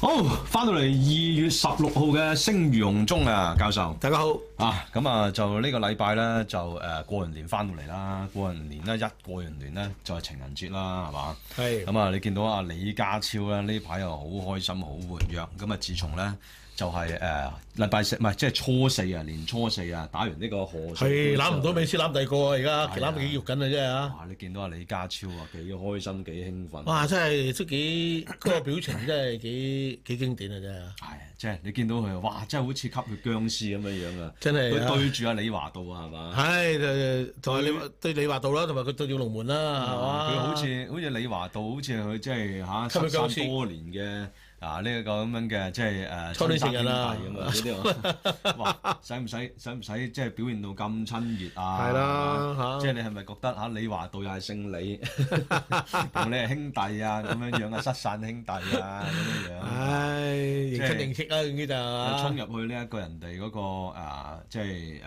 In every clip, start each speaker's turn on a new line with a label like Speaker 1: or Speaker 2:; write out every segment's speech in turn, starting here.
Speaker 1: 好，翻到嚟二月十六號嘅聲如洪鐘啊，教授
Speaker 2: 大家好，
Speaker 1: 啊，咁啊就呢個禮拜咧就誒、呃、過完年翻到嚟啦，過完年咧一過完年咧就係情人節啦，係嘛？
Speaker 2: 係
Speaker 1: 咁啊，你見到啊李家超咧呢排又好開心，好活躍。咁啊，自從咧就係誒禮拜四唔係即係初四啊，年初四啊，打完呢個賀歲杯
Speaker 2: 係
Speaker 1: 之後
Speaker 2: 攬唔到尾先攬第二個啊！而家
Speaker 1: 啊
Speaker 2: 攬幾肉緊啊，真係啊！
Speaker 1: 哇！你見到啊李家超啊，幾開心，幾興奮。
Speaker 2: 哇！真係都幾嗰個表情真係幾幾經典啊！真係啊，
Speaker 1: 係啊，即係你見到佢，哇！真係好似吸血僵屍咁樣樣啊！
Speaker 2: 真係
Speaker 1: 佢
Speaker 2: 啊！
Speaker 1: 對住阿李華道啊，係嘛？
Speaker 2: 係就同埋你對李華道啦，同埋佢對住龍門啦，係嘛？
Speaker 1: 啊佢好似好似李華道，好似佢即係嚇
Speaker 2: 吸
Speaker 1: 失
Speaker 2: 血僵
Speaker 1: 散
Speaker 2: 屍
Speaker 1: 多年嘅啊呢一個咁樣嘅即係誒
Speaker 2: 初戀情人啊
Speaker 1: 親生兄弟咁啊 嗰啲啊哇！使唔使使唔使即係表現到咁親熱啊？
Speaker 2: 係啦
Speaker 1: 係嘛
Speaker 2: 嚇
Speaker 1: 即係你係咪覺得嚇李華道又係姓 李，同你係兄弟啊咁樣樣啊，失散兄弟啊咁樣樣。
Speaker 2: 唉，認
Speaker 1: 即係
Speaker 2: 親認戚啊，總之就
Speaker 1: 啊
Speaker 2: 啊
Speaker 1: 衝入去呢一個人哋嗰、個、啊即係誒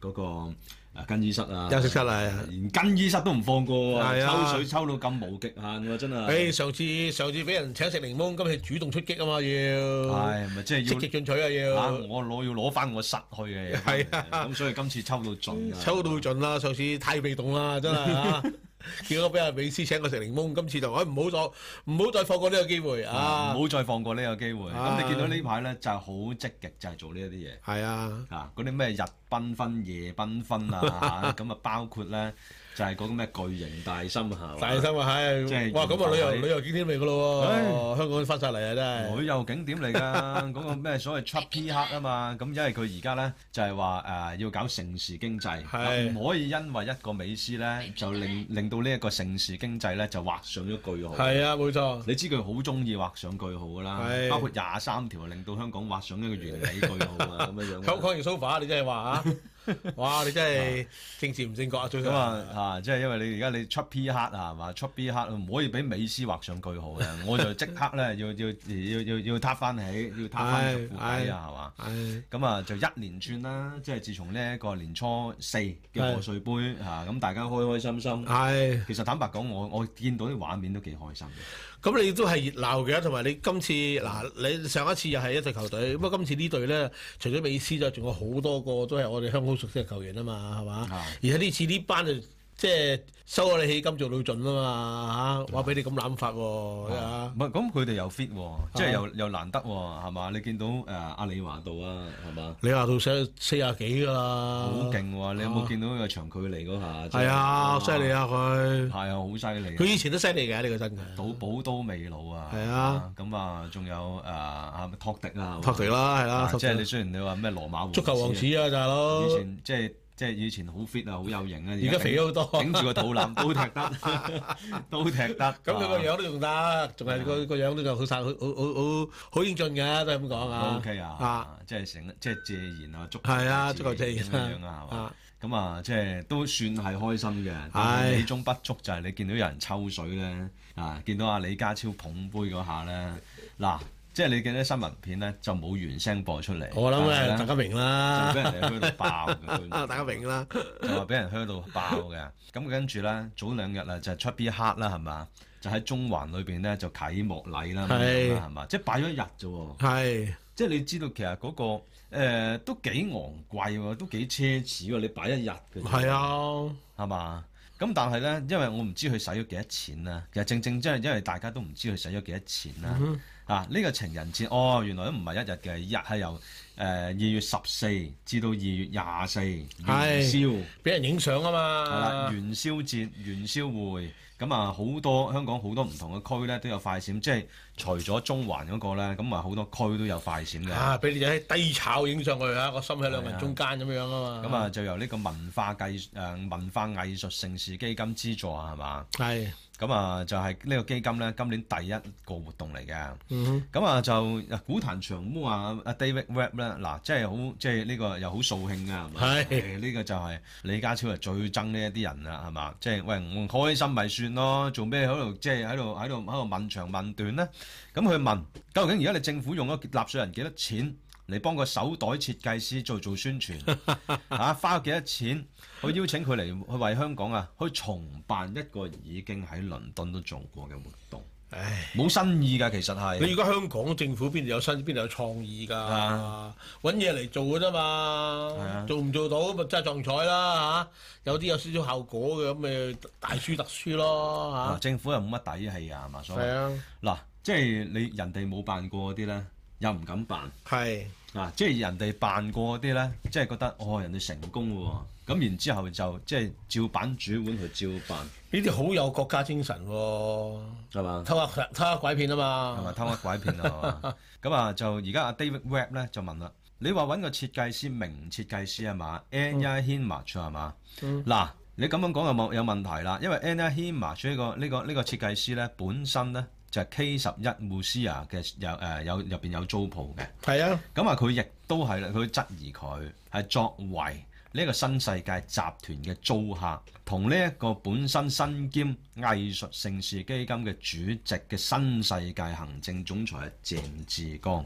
Speaker 1: 嗰個啊更衣室啊，
Speaker 2: 休息室啊係啊
Speaker 1: 連更衣室都唔放過啊，
Speaker 2: 係啊
Speaker 1: 抽水抽到咁無極限喎，真係
Speaker 2: 誒，，上次上次俾人請食檸檬，今次主動出擊啊嘛，要
Speaker 1: 係咪即係
Speaker 2: 積
Speaker 1: 要
Speaker 2: 極進取啊，
Speaker 1: 啊？
Speaker 2: 要
Speaker 1: 我攞要攞翻我失去嘅嘢返嚟，
Speaker 2: 係啊
Speaker 1: 咁所以今次抽到盡啊，
Speaker 2: 抽到盡啦！上次太被動啦，真係啊！結果俾阿美斯請我食檸檬，今次就誒哎唔好再唔好再放過呢個機會啊！
Speaker 1: 唔好再放過呢個機會。咁你
Speaker 2: 啊
Speaker 1: 見到呢排咧就係好積極，就係做呢一啲嘢。
Speaker 2: 係啊，
Speaker 1: 啊！嗰啲咩日繽紛、夜繽紛 啊，咁啊包括咧就係嗰個咩巨型大心嚇，
Speaker 2: 大生啊，
Speaker 1: 即係
Speaker 2: 係哇！咁啊，旅遊
Speaker 1: 原來係
Speaker 2: 旅遊景點嚟噶咯喎，香港翻晒嚟啊，真係
Speaker 1: 旅遊景點嚟㗎，嗰個咩所謂 trap P 黑啊嘛，咁因為佢而家咧就係話誒要搞城市經濟，
Speaker 2: 係
Speaker 1: 唔可以因為一個美斯咧就令令到呢一個城市經濟咧就畫上咗句號。
Speaker 2: 係啊，冇錯，
Speaker 1: 你知佢好中意畫上句號㗎啦，
Speaker 2: 係
Speaker 1: 包括廿三條令到香港畫上一個完美句號啊咁樣樣。
Speaker 2: 講講完 sofa，你真係話 啊，哇！你真係政治唔正確啊，最
Speaker 1: 咁
Speaker 2: 上
Speaker 1: 啊啊！即係因為你而家你出 P 黑啊，係嘛？出 P 黑唔可以俾美斯畫上句號嘅，我就即刻咧要要要要要撻翻起，要撻翻入褲底啊，係嘛？
Speaker 2: 唉，
Speaker 1: 咁啊，就一連串啦，即係自從呢一個年初四嘅賀歲杯嚇，咁大家開開心心。
Speaker 2: 係。
Speaker 1: 其實坦白講，我我見到啲畫面都幾開心嘅。
Speaker 2: 咁你都係熱鬧嘅，同埋你今次嗱，你上一次又係一隊球隊，不過今次呢隊咧，除咗美斯就仲有好多個都係我哋香港熟悉嘅球員啊嘛，係嘛？
Speaker 1: 啊
Speaker 2: 而且呢次呢班就即係收咗你起金做到盡啊嘛，嚇！話俾你咁攬法喎，真係啊
Speaker 1: 唔係咁，佢哋又 fit 喎，即係又又難得喎，係嘛？你見到誒阿李華道啊，係嘛？
Speaker 2: 你話到四四廿幾㗎啦，
Speaker 1: 好勁喎！你有冇見到佢個長距離嗰下？真
Speaker 2: 啊係啊，犀利！啊佢，
Speaker 1: 係啊，好犀利啊！
Speaker 2: 佢以前都犀利嘅呢個真嘅，
Speaker 1: 賭寶刀未老啊！
Speaker 2: 係啊，
Speaker 1: 咁啊，仲有誒啊托迪啊，
Speaker 2: 托地啦，係啦
Speaker 1: 啊，，即係
Speaker 2: 托
Speaker 1: 你
Speaker 2: 地
Speaker 1: 雖然你話咩羅馬王
Speaker 2: 足球王
Speaker 1: 啊
Speaker 2: 子啊，大佬，
Speaker 1: 以前即係即係以前好 fit 啊，好有型啊，
Speaker 2: 而家肥咗好多。
Speaker 1: 頂住個肚 腩都踢得，都踢得。
Speaker 2: 咁佢個樣都仲得，仲係個個樣都仲好晒，好好好好好英俊㗎，都係咁講啊。
Speaker 1: O K
Speaker 2: 啊，
Speaker 1: 啊，即係成即係借言啊，足
Speaker 2: 係啊，
Speaker 1: 借
Speaker 2: 足球
Speaker 1: 咁
Speaker 2: 謝
Speaker 1: 樣
Speaker 2: 賢
Speaker 1: 樣啊，係嘛？
Speaker 2: 啊，
Speaker 1: 咁啊，即係都算係開心嘅。但係
Speaker 2: 唉
Speaker 1: 美中不足就係你見到有人抽水咧，啊，見到阿李家超捧杯嗰下咧，嗱，即係你見到新聞片咧就冇原聲播出嚟。
Speaker 2: 我諗
Speaker 1: 但係
Speaker 2: 咧大家明
Speaker 1: 就
Speaker 2: 啦，
Speaker 1: 俾人哋 h 到爆嘅佢
Speaker 2: 大家明啦，
Speaker 1: 就話俾人 hurt 到爆嘅。咁跟住咧，早兩日啊，就係出 B 黑啦，係嘛？就喺中環裏邊咧，就啟幕禮啦，咁
Speaker 2: 係
Speaker 1: 樣啦係嘛？即係擺咗一日啫喎。
Speaker 2: 係
Speaker 1: 即係你知道其實嗰、個、呃、都幾昂貴喎，都幾奢侈喎。你擺一日嘅啫，
Speaker 2: 係啊，
Speaker 1: 係嘛？咁但係咧，因為我唔知佢使咗幾多錢啦。其實正正真係因為大家都唔知佢使咗幾多錢
Speaker 2: 嗯
Speaker 1: 啦。啊，呢、個情人節哦，原來都唔係一日嘅，日係由誒二月十四至到二月廿四元宵。
Speaker 2: 俾人影相啊
Speaker 1: 係啦，
Speaker 2: 嘛，
Speaker 1: 元宵節、元宵會，咁啊好多香港好多唔同嘅區咧都有快閃，即係除咗中環嗰個咧，咁啊好多區都有快閃嘅。
Speaker 2: 啊，俾你仔喺低炒影上去啊，個心喺兩個人中間咁樣啊嘛。
Speaker 1: 咁啊，就由呢個文化藝誒、文化藝術盛事基金資助啊，係嘛？
Speaker 2: 係，
Speaker 1: 咁啊，就係呢個基金咧，今年第一個活動嚟嘅。
Speaker 2: 嗯
Speaker 1: 咁啊就啊古壇長毛啊啊 David Webb 啦，嗱即係好即係呢個又好掃興啊，係嘛？
Speaker 2: 係
Speaker 1: 誒呢個就係李家超係啊最憎呢一啲人啦，係嘛？即係喂唔開心咪算咯，做咩喺度即係喺度喺度喺度問長問短咧？咁佢問究竟而家你政府用咗納税人幾多錢？嚟幫個手袋設計師做做宣傳，啊花咗幾多錢？去邀請佢嚟去為香港啊，去重辦一個已經喺倫敦都做過嘅活動。
Speaker 2: 哼，唉，
Speaker 1: 冇新意㗎，其實係
Speaker 2: 你而家香港政府邊度有新，邊度有創意㗎？
Speaker 1: 啊
Speaker 2: 揾嘢嚟做嘅啫
Speaker 1: 啊
Speaker 2: 嘛，做唔做到咪真係撞彩啦嚇。有啲有少少效果嘅咁咪大書特書
Speaker 1: 啊
Speaker 2: 咯
Speaker 1: 政府又冇乜底氣啊，係嘛？
Speaker 2: 嚇。
Speaker 1: 所
Speaker 2: 係
Speaker 1: 謂
Speaker 2: 啊，
Speaker 1: 嗱，即係你人哋冇辦過嗰啲咧，又唔敢辦。
Speaker 2: 係
Speaker 1: 啊，即係人哋辦過嗰啲咧，即係覺得哦，人哋成功喎，咁然之後就即係照板煮碗去照辦，
Speaker 2: 呢啲好有國家精神喎，
Speaker 1: 係嘛？
Speaker 2: 偷下偷下拐騙啊
Speaker 1: 係咪
Speaker 2: 嘛。
Speaker 1: 偷呃拐騙啊？係嘛咁啊，就而家阿 David Webb 咧就問啦，你話揾個設計師名設計師係啊嘛？Anya Himach 係嘛？嗱，你咁樣講有冇有問題啦？因為 Anya Himach 呢個呢個呢個設計師咧本身咧就係 K 十一 Musea 嘅有誒有入邊有租鋪嘅。
Speaker 2: 係啊，
Speaker 1: 咁啊，佢亦都係啦，佢質疑佢係作為呢一個新世界集團嘅租客，同呢一個本身身兼藝術盛事基金嘅主席嘅新世界行政總裁鄭志剛、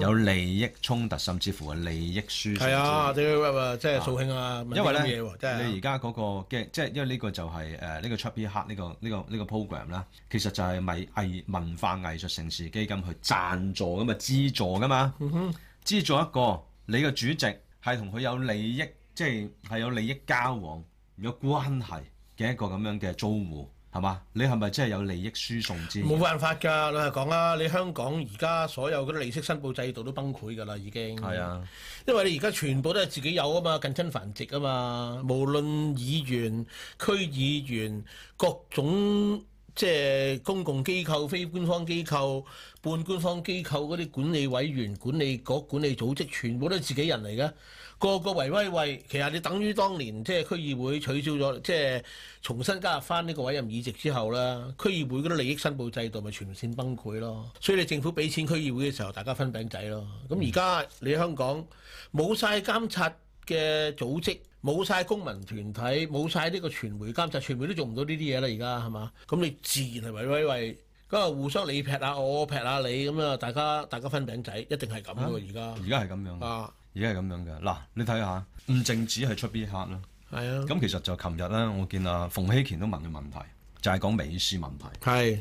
Speaker 1: 有利益衝突，甚至乎係利益輸送
Speaker 2: 嗯係啊，
Speaker 1: 之
Speaker 2: 即係即係掃興啊，
Speaker 1: 嫌。因為咧，
Speaker 2: 問啲咁嘢喎真係啊
Speaker 1: 你而家嗰個嘅，即係因為呢個就係誒呢個 Chubby Heart 呢個呢、個呢、個 program 啦，其實就係咪藝文化藝術盛事基金去贊助噶嘛，資助噶嘛。
Speaker 2: 嗯
Speaker 1: 資助一個你嘅主席係同佢有利益，即係係有利益交往、有關係嘅一個咁樣嘅租戶，係嘛？你係咪真係有利益輸送之嫌？
Speaker 2: 冇辦法㗎，老實講啦，你香港而家所有嗰啲利息申報制度都崩潰㗎啦，已經。
Speaker 1: 係。啊，
Speaker 2: 因為你而家全部都係自己有啊嘛，近親繁殖啊嘛，無論議員、區議員、各種即係公共機構、非官方機構、半官方機構嗰啲管理委員、管理局、管理組織，全部都係自己人嚟嘅，個個維威喂。其實你等於當年即係區議會取消咗，即係重新加入翻呢個委任議席之後啦，區議會嗰啲利益申報制度咪全線崩潰咯。所以你政府俾錢區議會嘅時候，大家分餅仔咯。咁而家你香港冇晒監察嘅組織，冇晒公民團體，冇晒呢個傳媒監察，傳媒都做唔到呢啲嘢啦。而家係嘛？咁你自然係委委喂。咁啊，互相你劈下我，我劈下你，咁啊，大家大家分餅仔，一定係咁嘅喎。
Speaker 1: 而家係咁
Speaker 2: 而
Speaker 1: 樣
Speaker 2: 家，啊，
Speaker 1: 而家係咁樣嘅。嗱，你睇下，唔淨止係出 B 客啦，
Speaker 2: 係啊，
Speaker 1: 咁其實就琴日咧，我見阿馮希乾都問嘅問題，就係、講美斯問題。
Speaker 2: 係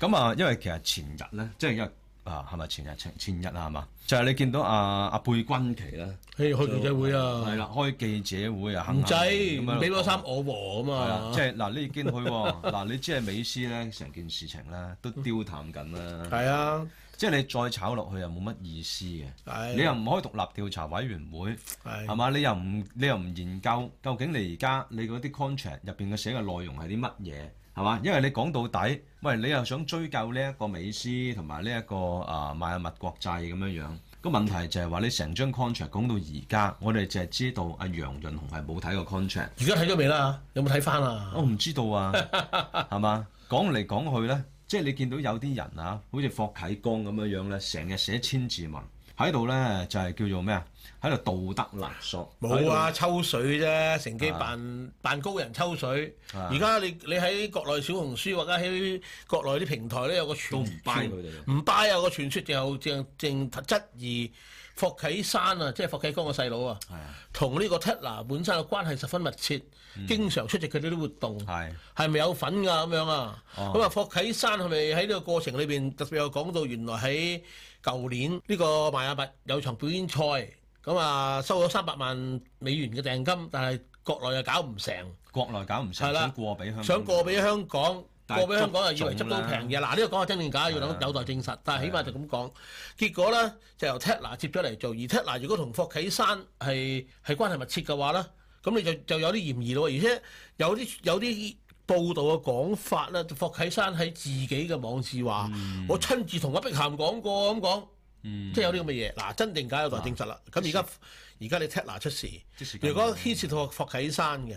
Speaker 1: 咁啊，因為其實前日咧，即係因為啊，係咪前日前前日啊，係嘛？就係、你見到阿阿貝君奇咧。
Speaker 2: 誒開記者會
Speaker 1: 係
Speaker 2: 啊，
Speaker 1: 啦，開記者會啊，
Speaker 2: 唔
Speaker 1: 肯
Speaker 2: 制，
Speaker 1: 定咁樣
Speaker 2: 俾攞三我和啊
Speaker 1: 係啦
Speaker 2: 嘛，
Speaker 1: 即係嗱，你見佢喎， 嗱，你知係美斯咧，成件事情咧都丟淡緊啦。
Speaker 2: 係啊，
Speaker 1: 即係你再炒落去又冇乜意思嘅。
Speaker 2: 係啊
Speaker 1: 你又唔啊開獨立調查委員會，係
Speaker 2: 係
Speaker 1: 嘛？你又唔你又唔研究究竟你而家你嗰啲 contract 入邊嘅寫嘅內容係啲乜嘢？係嘛？因為你講到底，喂，你又想追究呢一個美斯同埋呢一個啊邁阿密國際咁樣樣。個問題就係話你成張 contract 講到而家，我哋淨係知道阿楊潤雄係冇睇過 contract。
Speaker 2: 而家睇咗未啦？有冇睇翻啊？
Speaker 1: 我唔知道啊，係嘛？講嚟講去呢，即係你見到有啲人啊，好似霍啟剛咁樣樣呢，成日寫千字文喺度呢，就係叫做咩啊？喺度道德勒索。
Speaker 2: 冇啊，抽水啫，乘機扮扮高人抽水。
Speaker 1: 啊
Speaker 2: 而家你你喺國內小紅書或者喺國內啲平台咧，有個
Speaker 1: 都
Speaker 2: 傳
Speaker 1: 唔 buy 佢哋
Speaker 2: 傳唔 buy 有個傳說就正正質疑霍啟山啊，即係霍啟剛個細佬啊，
Speaker 1: 喺度，係啊，
Speaker 2: 同呢個 Tina 本身嘅關係十分密切，
Speaker 1: 嗯
Speaker 2: 經常出席佢哋啲活動。
Speaker 1: 係
Speaker 2: 係咪有份㗎咁樣啊？
Speaker 1: 哦
Speaker 2: 咁啊、霍啟山係咪喺呢個過程裏邊特別有講到原來喺舊年呢個邁阿密有場表演賽，咁啊收咗三百萬美元嘅訂金，但係國內又搞唔成，
Speaker 1: 國內搞唔
Speaker 2: 係
Speaker 1: 成，
Speaker 2: 啦
Speaker 1: 想過俾香港，
Speaker 2: 想過俾香港。
Speaker 1: 但係
Speaker 2: 過俾香港又以
Speaker 1: 捉
Speaker 2: 為執
Speaker 1: 中
Speaker 2: 到
Speaker 1: 啦
Speaker 2: 平嘢，嗱呢個講下真定假，要
Speaker 1: 係啊啊
Speaker 2: 等有待證實。但係起碼就咁講，結果咧就由 Tina 接咗嚟做，而 Tina 如果同霍啟山係係關係密切嘅話咧，咁你就就有啲嫌疑咯。而且有啲有啲報道嘅講法咧，霍啟山喺自己嘅網誌話：
Speaker 1: 嗯
Speaker 2: 我親自同阿碧咸講過咁講，即係有啲咁嘅嘢。嗱，真定假有待證實啦。咁而家而家你 Tina 出事，
Speaker 1: 即時咁樣
Speaker 2: 如果牽涉到霍啟山嘅，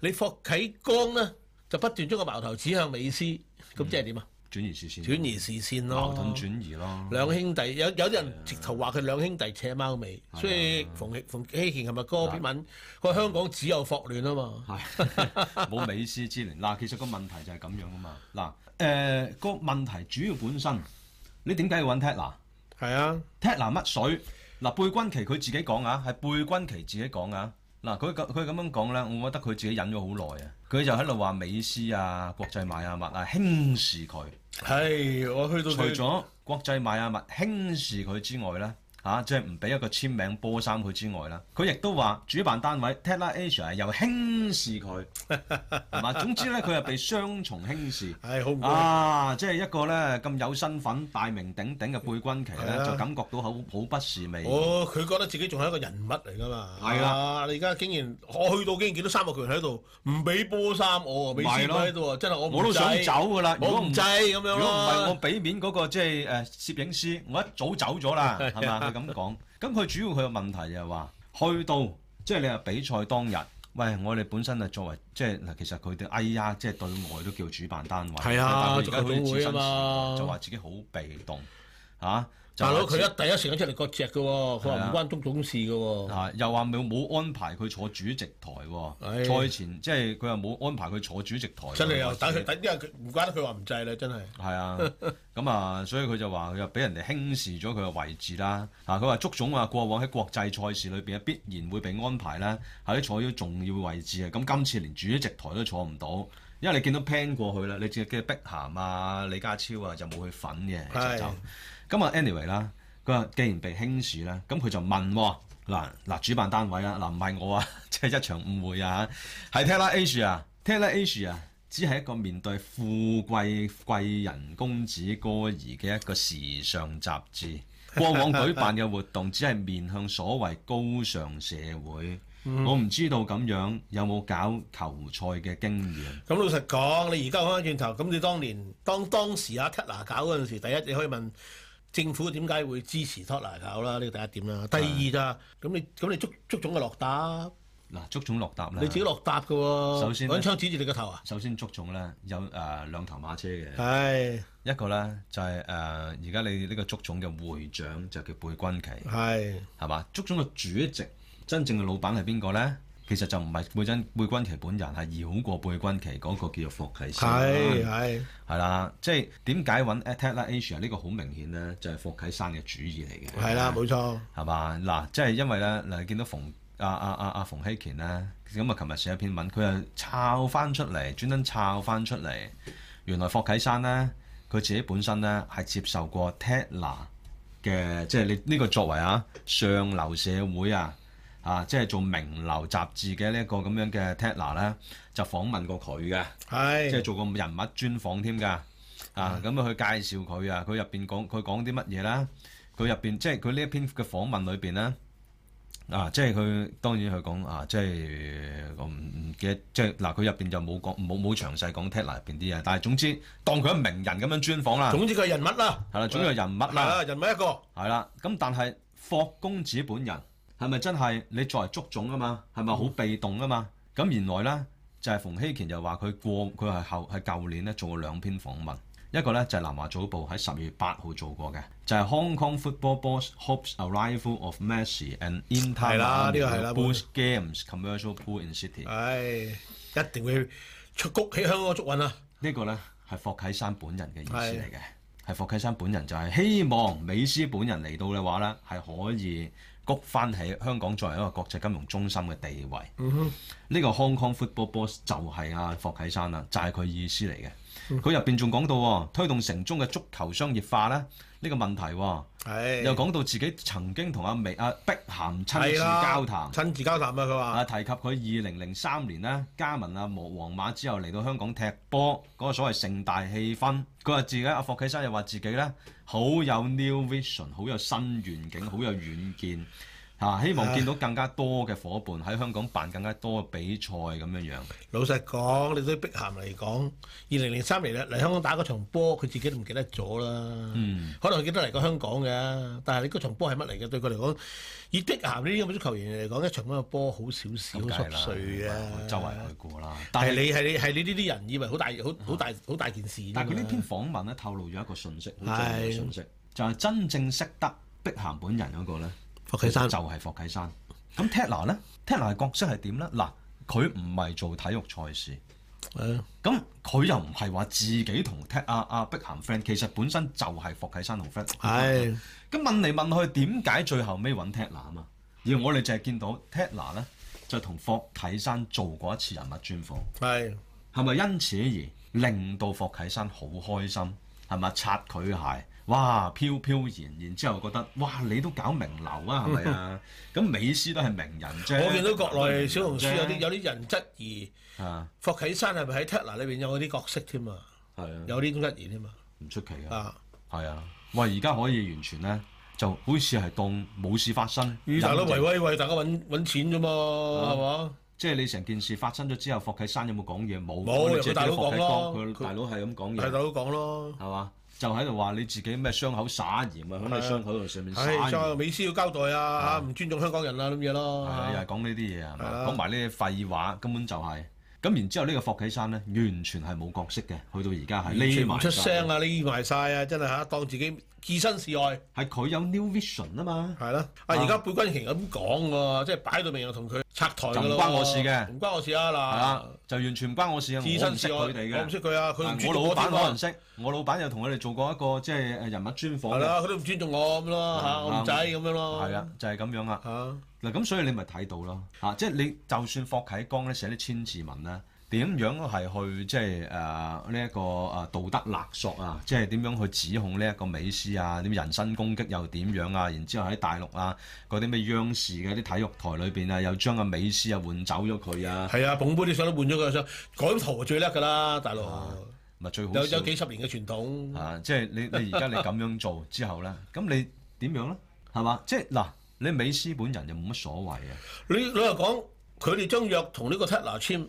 Speaker 2: 你霍啟剛咧就不斷將個矛頭指向美斯，咁即係點啊？
Speaker 1: 轉移視線，
Speaker 2: 轉移視線咯，
Speaker 1: 矛盾轉移咯。
Speaker 2: 兩兄弟有有啲人直頭話佢兩兄弟扯貓尾，所以馮馮希賢係咪嗰篇文？佢話香港只有霍亂啊嘛，
Speaker 1: 係冇美斯之年。嗱，其實個問題就係咁樣啊嘛。嗱，誒、個問題主要本身，你點解要揾 Tina？
Speaker 2: 係啊，
Speaker 1: 踢嗱乜水嗱貝君奇佢自己講啊，係貝君奇自己講啊，嗱，佢咁佢咁樣講咧，我覺得佢自己忍咗好耐啊。佢就喺度話美斯啊、國際邁阿密啊輕視佢。
Speaker 2: 係，我去到
Speaker 1: 除
Speaker 2: 佢
Speaker 1: 咗國際邁阿密輕視佢之外咧，嚇、即係唔俾一個簽名波衫佢之外啦，佢亦都話主辦單位 Tatler Asia 又輕視 佢，係嘛？總之咧，佢係被雙重輕視。
Speaker 2: 係好唔該。
Speaker 1: 啊！即係一個咧咁有身份、大名鼎鼎嘅貝君奇咧，
Speaker 2: 係啊
Speaker 1: 就感覺到好好不是味。
Speaker 2: 哦，佢覺得自己仲係一個人物嚟㗎嘛。
Speaker 1: 係啦
Speaker 2: 啊，你而家竟然我去到竟然見到三個拳喺度，唔俾波衫我，俾
Speaker 1: 咪係
Speaker 2: 師傅
Speaker 1: 咯
Speaker 2: 喺度啊，真係我唔
Speaker 1: 我都想
Speaker 2: 制
Speaker 1: 走噶啦，啊如
Speaker 2: 我
Speaker 1: 果
Speaker 2: 唔
Speaker 1: 唔
Speaker 2: 制咁樣咯。
Speaker 1: 如果唔係我俾面嗰、個即係誒攝影師，我一早走咗 啦，
Speaker 2: 啊
Speaker 1: 係嘛？佢咁講。咁佢主要佢嘅問題就係話，去到即係你話比賽當日，喂，我哋本身係啊作為即係嗱，其實佢哋哎呀，即係對外都叫主辦單位，
Speaker 2: 係啊
Speaker 1: 但係佢而家
Speaker 2: 做
Speaker 1: 對
Speaker 2: 運動
Speaker 1: 自
Speaker 2: 會啊
Speaker 1: 身事
Speaker 2: 嘛嗯
Speaker 1: 就話自己好被動嚇。啊就
Speaker 2: 大佬
Speaker 1: 話
Speaker 2: 佢
Speaker 1: 自
Speaker 2: 一第一時間出嚟割隻嘅喎，佢
Speaker 1: 係啊
Speaker 2: 話唔關足總事嘅喎。
Speaker 1: 啊！又話冇冇安排佢坐主席台喎，
Speaker 2: 唉
Speaker 1: 賽前即係佢又冇安排佢坐主席台喎，
Speaker 2: 真係又
Speaker 1: 話
Speaker 2: 等
Speaker 1: 自
Speaker 2: 佢
Speaker 1: 己
Speaker 2: 等，因為佢唔怪得佢話唔制啦，真係。
Speaker 1: 係啊，咁啊，所以佢就話佢又俾人哋輕視咗佢嘅位置啦。啊，佢話足總啊，過往喺國際賽事裏邊啊必然會被安排啦，喺坐咗重要位置啊。咁今次連主席台都坐唔到，因為你見到 plan 過去啦，你淨係見到碧咸啊、李家超啊就冇去份嘅，其實
Speaker 2: 係
Speaker 1: 就咁啊。anyway 啦，佢話既然被輕視啦，咁佢就問喎。嗱嗱，主辦單位啊，嗱唔係我啊， 即係一場誤會啊，係 Tatler Asia Tatler Asia 只係一個面對富貴貴人公子哥兒嘅一個時尚雜 誌。過往舉辦嘅活動只係面向所謂高尚社會，
Speaker 2: 嗯
Speaker 1: 我唔知道咁樣有冇搞球賽嘅經驗。
Speaker 2: 咁老實講，你而家翻轉頭，咁你當年當當時阿 Tatler 搞嗰陣時，第一你可以問政府點解會支持 Tatler 搞啦，呢個第一點啦。第二就係咁你咁你足足總嘅落答，
Speaker 1: 嗱，足總落答啦
Speaker 2: 你自己。落答嘅喎，
Speaker 1: 首先呢
Speaker 2: 揾槍指住你個頭啊！
Speaker 1: 首先足總咧有誒、呃、兩頭馬車
Speaker 2: 啊
Speaker 1: 嘅，
Speaker 2: 係
Speaker 1: 一個咧就係誒呃而家你呢個足總嘅會長就叫貝君奇。
Speaker 2: 係
Speaker 1: 係嘛？足總嘅主席真正嘅老闆係邊個咧？其實就唔係貝真貝君奇本人，係繞過貝君奇嗰個叫做霍啟先
Speaker 2: 係
Speaker 1: 生，
Speaker 2: 係
Speaker 1: 係啦。即係點解揾 Atlas Asia 呢個好明顯咧，就係、霍啟山嘅主意嚟嘅。
Speaker 2: 係啦，冇錯。
Speaker 1: 係嘛？嗱，即係因為咧，嗱，你見到馮啊阿阿阿阿馮希乾咧，咁啊，琴日寫一篇文，佢又抄翻出嚟，專登抄翻出嚟。原來霍啟山咧，佢自己本身咧係接受過 Tatler 嘅，即係你呢個作為啊上流社會啊啊，即係做名流雜誌嘅呢一個咁樣嘅 Tatler 咧，就訪問過佢嘅。即係
Speaker 2: 係
Speaker 1: 做個人物專訪添㗎。啊，咁啊，佢介紹佢啊，佢入邊講佢講啲乜嘢啦？佢入邊即係佢呢一篇嘅訪問裏邊咧，啊，即係佢當然佢講啊，即係我唔唔記得，即係嗱，佢入邊就冇講冇冇詳細講 Tatler 入邊啲嘢，但係總之當佢係名人咁樣專訪啦，
Speaker 2: 總之佢係人物啦，
Speaker 1: 係啦，總有人物
Speaker 2: 係
Speaker 1: 啦，
Speaker 2: 啦，人物一個。
Speaker 1: 係啦，咁但係霍公子本人係咪真係你作為足總啊嘛，係咪好被動啊嘛？咁原來咧就係、馮希乾就話佢過佢係後係舊年咧做過兩篇訪問，一個咧就係、南華早報喺十月八號做過嘅，就係、Hong Kong Football Boss hopes arrival of Messi and Inter
Speaker 2: 係啦
Speaker 1: Miami
Speaker 2: 呢個係啦
Speaker 1: will boost games commercial pool in city
Speaker 2: 唉，一定會出谷起香港嘅足運啊！
Speaker 1: 呢個呢係霍啟山本人嘅意思嚟嘅，係霍啟山本人就係希望美斯本人嚟到嘅話呢，係可以谷翻起香港作為一個國際金融中心嘅地位。
Speaker 2: 嗯
Speaker 1: 呢個 Hong Kong Football Boss 就係阿霍啟山啦，就係、佢意思嚟嘅。
Speaker 2: 嗯
Speaker 1: 佢入邊仲講到喎推動城中嘅足球商業化呢，呢、個問題喎，
Speaker 2: 係
Speaker 1: 又講到自己曾經同阿美阿碧咸親自
Speaker 2: 係啦
Speaker 1: 交談。
Speaker 2: 親自交談啊！佢
Speaker 1: 啊，
Speaker 2: 話
Speaker 1: 提及佢二零零三年咧，加盟啊皇皇馬之後嚟到香港踢波，嗰、個所謂盛大氣氛。佢話自己阿霍啟山又話自己咧好有 new vision，好有新願景，好有遠見嚇、啊希望見到更加多嘅伙伴喺香港辦更加多嘅比賽咁樣樣。
Speaker 2: 老實講，你對碧咸嚟講，二零零三年嚟嚟香港打嗰場波，佢自己都唔記得咗啦。
Speaker 1: 嗯，
Speaker 2: 可能佢記得嚟過香港嘅，但係你嗰場波係乜嚟嘅？對佢嚟講，以碧咸呢啲咁嘅足球員嚟講，一場咁嘅波好少少
Speaker 1: 咁
Speaker 2: 濕
Speaker 1: 梗係
Speaker 2: 碎
Speaker 1: 啦，
Speaker 2: 嘅。
Speaker 1: 周圍去過啦。但
Speaker 2: 但係
Speaker 1: 係
Speaker 2: 你係你係你呢啲人以為好大好好大好大件事啫嘛。
Speaker 1: 但係佢呢篇訪問咧透露咗一個信息，好重要嘅信息，就係真正識得碧咸本人嗰個咧。
Speaker 2: 霍啟山
Speaker 1: 就係霍啟山。咁 Tatler 咧，Tatler 嘅角色係點咧？嗱，佢唔係做體育賽事，
Speaker 2: 係
Speaker 1: 咁佢又唔係話自己同 Tat 阿阿碧咸 friend，其實本身就係霍啟山同 friend。
Speaker 2: 係
Speaker 1: 咁問嚟問去，點解最後尾揾 Tatler 啊嘛？而我哋就係見到 Tatler 咧，就同霍啟山做過一次人物專訪，
Speaker 2: 係
Speaker 1: 係咪因此而令到霍啟山好開心？係咪擦佢鞋？哇，飄飄然，然之後覺得哇，你都搞名流啊，係咪 啊？咁美斯都係名人啫。
Speaker 2: 我見到國內小紅書有啲
Speaker 1: 啫
Speaker 2: 有啲人質疑
Speaker 1: 啊，
Speaker 2: 霍啟山係咪喺 Tatler 裏邊有嗰啲角色添啊？
Speaker 1: 係啊，
Speaker 2: 有呢種質疑添啊！
Speaker 1: 唔出奇啊，
Speaker 2: 啊，
Speaker 1: 係啊。喂，而家可以完全咧，就好似係當冇事發生。
Speaker 2: 與大佬
Speaker 1: 隱
Speaker 2: 維
Speaker 1: 形
Speaker 2: 威為大家揾揾錢啫嘛，係嘛？
Speaker 1: 即係你成件事發生咗之後，霍啟山有冇講嘢？冇，
Speaker 2: 冇
Speaker 1: 我哋
Speaker 2: 由
Speaker 1: 只係
Speaker 2: 佢大佬
Speaker 1: 見到霍啟
Speaker 2: 講咯
Speaker 1: 剛佢
Speaker 2: 佢
Speaker 1: 大佬係咁講
Speaker 2: 係大
Speaker 1: 嘢，
Speaker 2: 佬講咯。
Speaker 1: 係嘛？就喺度話你自己咩傷口撒鹽啊，喺你
Speaker 2: 係啊
Speaker 1: 傷口度上面撒
Speaker 2: 唉，再
Speaker 1: 鹽，
Speaker 2: 美斯要交代啊，唔尊重香港人啊咁嘢
Speaker 1: 係
Speaker 2: 咯。
Speaker 1: 啊，又係講呢啲嘢係
Speaker 2: 係
Speaker 1: 嘛？
Speaker 2: 啊
Speaker 1: 講埋呢啲廢話，根本就係咁。然之後呢個霍啟山咧，完全係冇角色嘅，去到而家係匿
Speaker 2: 全唔
Speaker 1: 埋
Speaker 2: 出
Speaker 1: 晒
Speaker 2: 聲啊，匿埋晒啊，真係嚇，當自己置身事外，
Speaker 1: 係佢有 New Vision 啊嘛，
Speaker 2: 係啦。啊，而家貝君瓊咁講喎，即係擺到明又同佢拆台
Speaker 1: 就
Speaker 2: 㗎
Speaker 1: 唔
Speaker 2: 咯喎
Speaker 1: 關我事嘅
Speaker 2: 唔關我事啊
Speaker 1: 係啦
Speaker 2: 嗱，，
Speaker 1: 就完全唔關我事啊，
Speaker 2: 置
Speaker 1: 我唔
Speaker 2: 身
Speaker 1: 識
Speaker 2: 事外，
Speaker 1: 佢哋
Speaker 2: 我唔
Speaker 1: 嘅。
Speaker 2: 識佢啊，佢唔
Speaker 1: 但
Speaker 2: 尊
Speaker 1: 我
Speaker 2: 重
Speaker 1: 老
Speaker 2: 我
Speaker 1: 闆
Speaker 2: 添
Speaker 1: 可能
Speaker 2: 啊。
Speaker 1: 識，我老闆又同我哋做過一個即係誒人物專訪
Speaker 2: 係
Speaker 1: 嘅，嗯
Speaker 2: 啦，佢都唔尊重我咁咯嚇，我唔制咁樣咯。
Speaker 1: 係啊，就係咁樣啦。
Speaker 2: 嚇，
Speaker 1: 嗱，咁所以你咪睇到咯，嚇、即係你就算霍啟剛咧寫啲千字文咧，點樣係去即係誒呃呢一個誒道德勒索啊，即係點樣去指控呢一個美斯啊，點人身攻擊又點樣啊，然之後喺大陸啊嗰啲咩央視嘅啲體育台裏邊啊，又將阿美斯啊換走咗佢啊，
Speaker 2: 係啊，捧杯啲相都換咗佢相，改圖就最叻㗎啦，大佬。
Speaker 1: 咪啊最好
Speaker 2: 有
Speaker 1: 笑
Speaker 2: 有幾十年嘅傳統。
Speaker 1: 啊！即係你你而家你咁樣做之後咧，咁你點樣咧？係嘛？即係嗱，你美斯本人又冇乜所謂啊嘅。
Speaker 2: 你老實講，佢哋將約同呢個 Tatler 簽，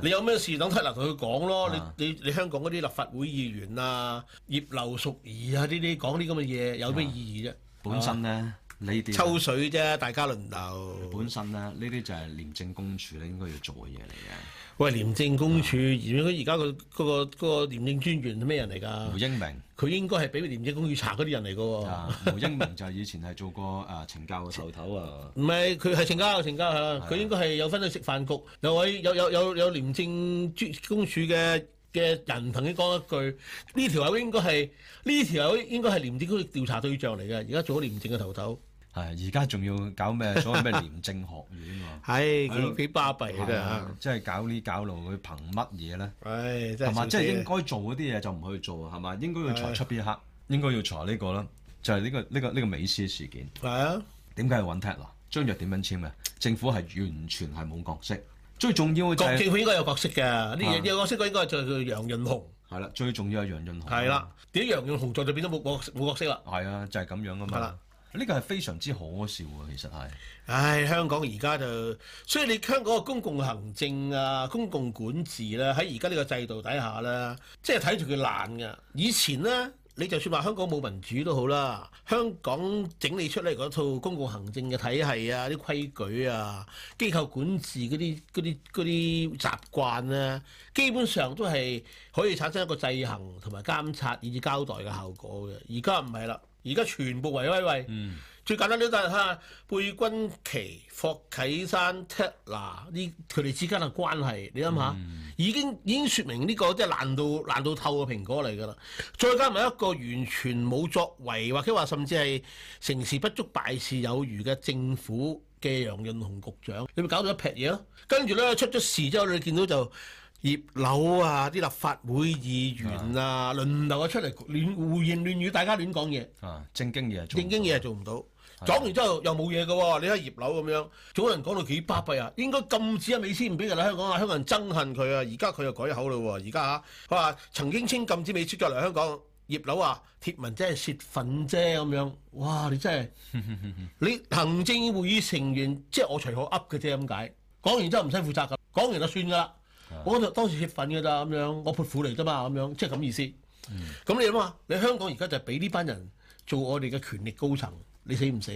Speaker 2: 你有咩事等 Tatler 同佢講咯
Speaker 1: 嗯啊。
Speaker 2: 你你你香港嗰啲立法會議員啊、葉劉淑儀啊呢啲講啲咁嘅嘢，有
Speaker 1: 啊
Speaker 2: 咩意義啫？
Speaker 1: 本身咧，你哋
Speaker 2: 抽水啫，大家輪流。
Speaker 1: 本身咧，呢啲就係廉政公署咧應該要做嘅嘢嚟
Speaker 2: 喂，廉政公署，
Speaker 1: 啊
Speaker 2: 而家而家個嗰個嗰個廉政專員係咩人嚟
Speaker 1: 嘅。胡
Speaker 2: 㗎？
Speaker 1: 英明
Speaker 2: 佢應該係俾廉政公署查嗰啲人嚟㗎喎。
Speaker 1: 啊，胡英明就係以前係做過誒懲教嘅頭頭啊，
Speaker 2: 唔係，佢係成啊家有成家嚇，佢應該係有份去食飯局，有位有有有有廉政專公署嘅嘅人同佢講一句，呢條友應該係呢條友應該係廉政公署調查對象嚟嘅，而家做咗廉政嘅頭頭，
Speaker 1: 係而家仲要搞咩所謂咩廉政學院喎，
Speaker 2: 係
Speaker 1: 係咯
Speaker 2: 幾幾巴閉嘅
Speaker 1: 係
Speaker 2: 真係
Speaker 1: 啊，即係搞呢搞路，佢憑乜嘢咧？
Speaker 2: 唉真
Speaker 1: 係
Speaker 2: 係
Speaker 1: 嘛，
Speaker 2: 笑
Speaker 1: 即
Speaker 2: 死
Speaker 1: 係應該
Speaker 2: 你
Speaker 1: 做嗰啲嘢就唔去做，係嘛？應該要查出邊一刻，應該要查呢個啦，就係呢個呢個呢個美斯事件。
Speaker 2: 係啊，
Speaker 1: 點解要揾 t a 張約點樣簽嘅？政府係完全係冇角色，最重要嘅就
Speaker 2: 國
Speaker 1: 係
Speaker 2: 政府應該有角色嘅，呢嘢有角色嘅應該就係叫楊潤雄，
Speaker 1: 係啦，最重要係楊潤雄。
Speaker 2: 係啦，點解楊潤雄在就變咗冇冇冇角色啦？
Speaker 1: 係啊，就係、咁樣噶
Speaker 2: 係
Speaker 1: 嘛
Speaker 2: 啦。
Speaker 1: 呢個係非常之可笑啊，其實係
Speaker 2: 唉，香港而家就，所以你香港嘅公共行政啊、公共管治咧，喺而家呢個制度底下咧，即係睇住佢爛㗎。以前咧，你就算話香港冇民主都好啦，香港整理出嚟嗰套公共行政嘅體系啊、啲規矩啊、機構管治嗰啲嗰啲嗰啲習慣咧，基本上都係可以產生一個制衡同埋監察以至交代嘅效果嘅。而家唔係啦，而家全部維威喂。最簡單呢，都係睇下貝君奇、霍啟山、Tina 呢佢哋之間嘅關係，你諗下、已經已經説明呢、個即係爛到爛到透嘅蘋果嚟㗎啦。再加埋一個完全冇作為，或者話甚至係成事不足敗事有餘嘅政府嘅楊潤雄局長，你咪搞到一撇嘢咯。跟住咧出咗事之後，你見到就。葉劉啊，啲立法會議員啊，輪流啊出嚟亂胡言亂語，大家亂講嘢。
Speaker 1: 啊，正經嘢做唔
Speaker 2: 正
Speaker 1: 到。
Speaker 2: 經嘢係做唔到。講完之後又冇嘢嘅喎，你睇葉柳咁樣，早人講到幾巴閉啊！應該禁止啊美斯唔俾人嚟香港啊，香港人憎恨佢啊！而家佢又改口嘞喎，而家嚇佢話曾經稱禁止美斯再嚟香港，葉柳話貼文真係泄憤啫咁樣，哇！你真係〜 你行政會議成員即係我隨口噏嘅啫咁解，講完之後唔使負責㗎，講完就算㗎啦。我就當時泄憤㗎咋咁樣，我潑婦嚟啫嘛咁樣，即係咁意思。咁你諗下，你香港而家就係俾呢班人做我哋嘅權力高層，你死唔死？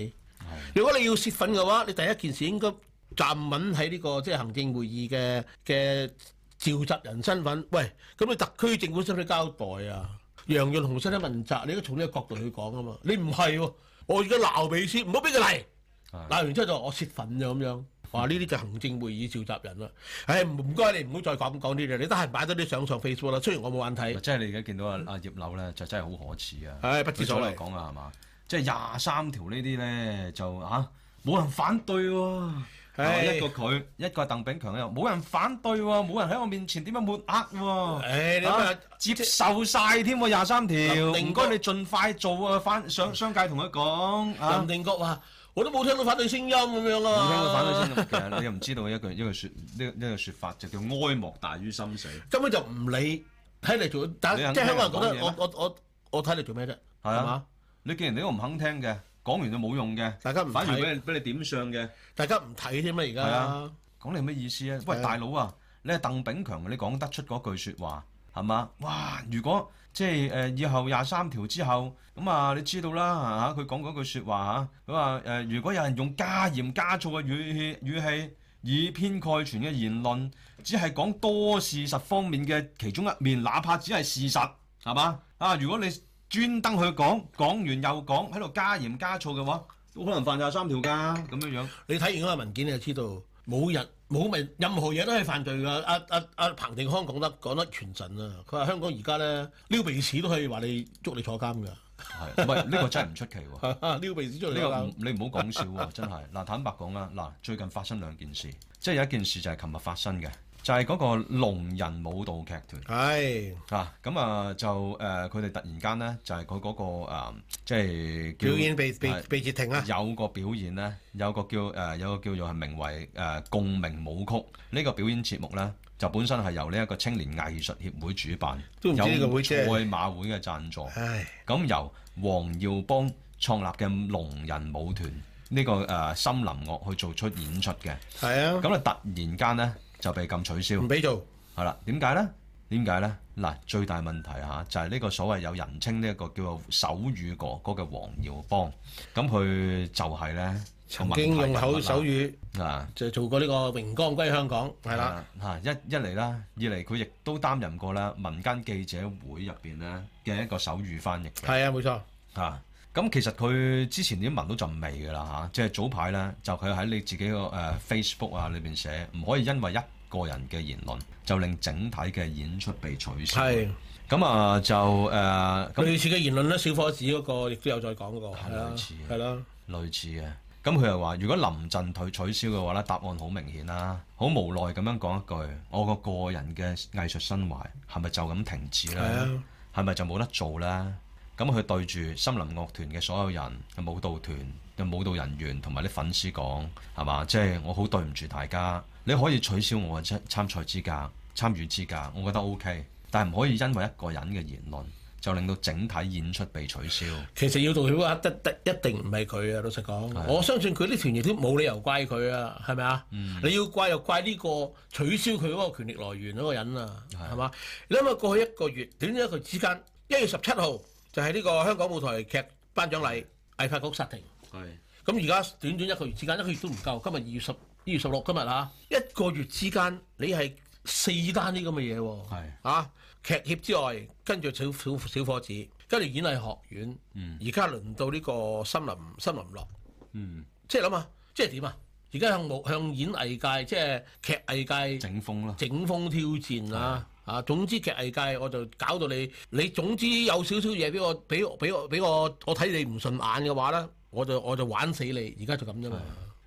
Speaker 2: 如果你要泄憤嘅話，你第一件事應該站穩喺呢、個即係行政會議嘅嘅召集人身份。喂，咁你特區政府使唔使交代啊？楊潤雄使唔使問責？你應該從呢個角度去講啊嘛。你唔係喎，我而家鬧美斯，唔好俾佢嚟。
Speaker 1: 係
Speaker 2: 鬧完之後就我泄憤啊就咁樣。話呢啲就行政會議召集人啦。唉，唔該你唔好再講講呢啲啦。你得閒擺多啲相上 Facebook 啦。雖然我冇眼睇。
Speaker 1: 即係你而家見到阿阿葉柳咧，就真係好可恥 啊！
Speaker 2: 唉，不知所
Speaker 1: 佢
Speaker 2: 謂
Speaker 1: 再。講啊，係嘛？即係廿三條呢啲咧，就嚇冇、人反對喎、啊
Speaker 2: 唉
Speaker 1: 一個佢，一個係鄧炳強喺度，冇人反對喎，冇人喺我面前點樣抹黑喎。
Speaker 2: 唉，你諗
Speaker 1: 啊
Speaker 2: 下
Speaker 1: 接受晒添喎廿三條，
Speaker 2: 林定
Speaker 1: 唔
Speaker 2: 國
Speaker 1: 該你盡快做啊！翻上商界同佢講啊
Speaker 2: 林，定國話：我都冇聽到反對聲音咁樣啊
Speaker 1: 冇
Speaker 2: 嘛。
Speaker 1: 聽過反對聲音嘅， 其實你又唔知道一句一句説呢呢個説法就叫哀莫大於心死。
Speaker 2: 根本就唔理睇嚟做，但
Speaker 1: 啊你肯
Speaker 2: 即係香港人覺
Speaker 1: 聽人
Speaker 2: 得
Speaker 1: 講嘢咩
Speaker 2: 我我我我睇嚟做咩啫？
Speaker 1: 係啊
Speaker 2: 係嘛？
Speaker 1: 你既然你都唔肯聽嘅，講完就冇用嘅，
Speaker 2: 大家唔
Speaker 1: 反而俾
Speaker 2: 睇，
Speaker 1: 你俾你點上嘅，
Speaker 2: 大家唔睇添啦而
Speaker 1: 係
Speaker 2: 家
Speaker 1: 啊。講你有咩意思啊？喂，
Speaker 2: 係啊
Speaker 1: 大佬啊，你係鄧炳強，你講得出嗰句説話係嘛？哇！如果即係誒、呃以後廿三條之後咁啊，你知道啦嚇，佢講嗰句説話啊嚇，佢話誒，如果有人用加鹽加醋嘅語氣語氣，以偏概全嘅言論，只係講多事實方面嘅其中一面，哪怕只係事實係嘛？啊，如果你專登去講，講完又講，喺度加鹽加醋嘅話，都可能犯廿三條㗎咁樣樣。
Speaker 2: 你睇完嗰個文件，你就知道冇人冇咪任何嘢都係犯罪㗎。阿阿阿彭定康講得講得全神啊！佢話香港而家咧撩鼻屎都可以話你捉你坐監㗎，
Speaker 1: 係，唔係呢個真係唔出奇喎。
Speaker 2: 撩鼻屎捉你
Speaker 1: 呢
Speaker 2: 坐
Speaker 1: 個唔
Speaker 2: 監。
Speaker 1: 你唔好講笑 喎，真係嗱坦白講啦，嗱最近發生兩件事，即係有一件事就係琴日發生嘅，就係、嗰個龍人舞蹈劇團
Speaker 2: 係
Speaker 1: 啊，咁啊就誒佢哋突然間咧就係佢嗰個、呃、即係叫
Speaker 2: 表演啊被被
Speaker 1: 係
Speaker 2: 被截停啦。啊
Speaker 1: 有個表演咧，有個叫誒、呃有個叫做係名為誒、呃共鳴舞曲呢、個表演節目咧，就本身係由呢一個青年藝術協會主辦，
Speaker 2: 都唔知呢個會即係
Speaker 1: 有賽馬會嘅贊助。
Speaker 2: 唉，
Speaker 1: 咁由黃耀邦創立嘅龍人舞團呢、個誒、呃森林樂去做出演出嘅，
Speaker 2: 係啊，
Speaker 1: 咁啊突然間呢就被禁取消
Speaker 2: 唔，俾做。
Speaker 1: 係啦，點解呢？點解呢？嗱，最大問題嚇就係、呢個所謂有人稱呢一個叫做手語哥哥嘅黃耀邦，咁佢就係呢個
Speaker 2: 曾
Speaker 1: 問題
Speaker 2: 經用口
Speaker 1: 人物啦
Speaker 2: 手語
Speaker 1: 啊。
Speaker 2: 就做過呢個榮光歸香港，係啦。
Speaker 1: 啊，嚇一一嚟啦，二嚟佢亦都擔任過啦民間記者會入邊咧嘅一個手語翻譯嘅。
Speaker 2: 係啊，冇錯。
Speaker 1: 啊，咁其實佢之前已經聞到陣味㗎啦嚇，即係早排咧就佢喺你自己個誒、呃 Facebook 啊裏邊寫，唔可以因為一個人嘅言論就令整體嘅演出被取消。
Speaker 2: 係
Speaker 1: 咁啊就誒咁、
Speaker 2: 類似嘅言論咧，小伙子嗰個亦都有再講過，係啦
Speaker 1: 類似，嘅
Speaker 2: 係啦，
Speaker 1: 類似嘅。咁佢又話：如果臨陣退取消嘅話咧，答案好明顯啦，好無奈咁樣講一句，我個個人嘅藝術生涯係咪就咁停止
Speaker 2: 係
Speaker 1: 咧？
Speaker 2: 啊，
Speaker 1: 係咪就冇得做呢？咁佢對住森林樂團嘅所有人、嘅舞蹈團、嘅舞蹈人員同埋啲粉絲講，係嘛？即係我好對唔住大家，你可以取消我嘅參參賽資格、參與資格，我覺得 OK，但係唔可以因為一個人嘅言論就令到整體演出被取消。
Speaker 2: 其實要道歉嘅話，得得一定唔係佢啊！老實講，我相信佢啲團亦都冇理由怪佢啊，係咪啊？你要怪就怪呢個取消佢嗰個權力來源嗰個人啊，係嘛？你諗下過去一個月，短短一個月之間，一月十七號就係呢個香港舞台劇頒獎禮，藝發局煞停。
Speaker 1: 係
Speaker 2: 咁而家短短一個月之間，一個月都唔夠。今日二月十二月十六，今日啊，一個月之間，你係四單呢咁嘅嘢喎。
Speaker 1: 係
Speaker 2: 啊，劇協之外，跟住小小小伙子，跟住演藝學院，而家、輪到呢個森林森林樂，
Speaker 1: 嗯，
Speaker 2: 即係諗下，即係點啊？而家向舞向演藝界，即係劇藝界
Speaker 1: 整風啦，
Speaker 2: 整風挑戰啦。啊，總之劇藝界我就搞到你，你總之有少少嘢俾我，俾我，俾我，俾我，我睇你唔順眼嘅話咧，我就我就玩死你。而家就咁啫嘛。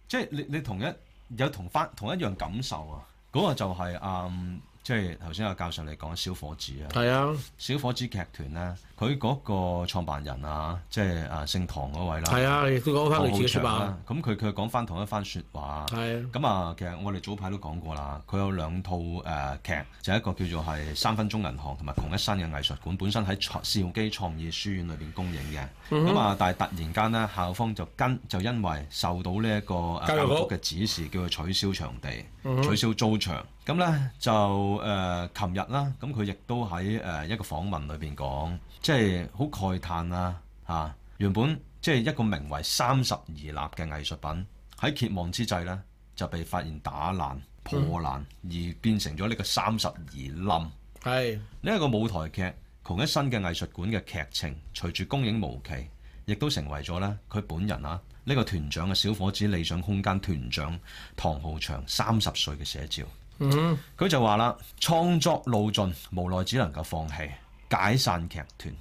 Speaker 1: 即係你你同一有同翻同一樣感受啊！嗰、個就係、嗯即係頭先阿教授你講小伙子啊。
Speaker 2: 係啊，
Speaker 1: 小伙子劇團咧，佢嗰個創辦人啊，即係啊姓唐嗰位啦，
Speaker 2: 係啊，亦都講翻
Speaker 1: 唐
Speaker 2: 類似
Speaker 1: 浩
Speaker 2: 嘅説
Speaker 1: 翔
Speaker 2: 話
Speaker 1: 啦。，咁佢佢講翻同一番説話。
Speaker 2: 係啊，
Speaker 1: 咁啊，其實我哋早排都講過啦，佢有兩套誒、呃、劇，就一個叫做係《三分鐘銀行》同埋《窮一生嘅藝術館》，本身喺創兆基創意書院裏邊公映嘅。
Speaker 2: 嗯
Speaker 1: 咁啊、但係突然間咧，校方就跟就因為受到呢、一個呃
Speaker 2: 教育
Speaker 1: 教
Speaker 2: 局嗯
Speaker 1: 育局嘅指示，叫佢取消場地、取消租場。咁咧就誒，琴日啦，咁佢亦都喺誒一個訪問裏邊講，即係好慨嘆啊嚇、原本即係一個名為三十而立嘅藝術品，喺揭望之際咧，就被發現打爛、破爛，
Speaker 2: 嗯
Speaker 1: 而變成咗呢個三十而冧。
Speaker 2: 係
Speaker 1: 呢一個舞台劇《窮一生嘅藝術館》嘅劇情，隨住公映無期，亦都成為咗咧佢本人啊呢、個團長嘅小伙子理想空間團長唐浩翔三十歲嘅寫照。佢就話啦，創作路盡，無奈只能夠放棄，解散劇團。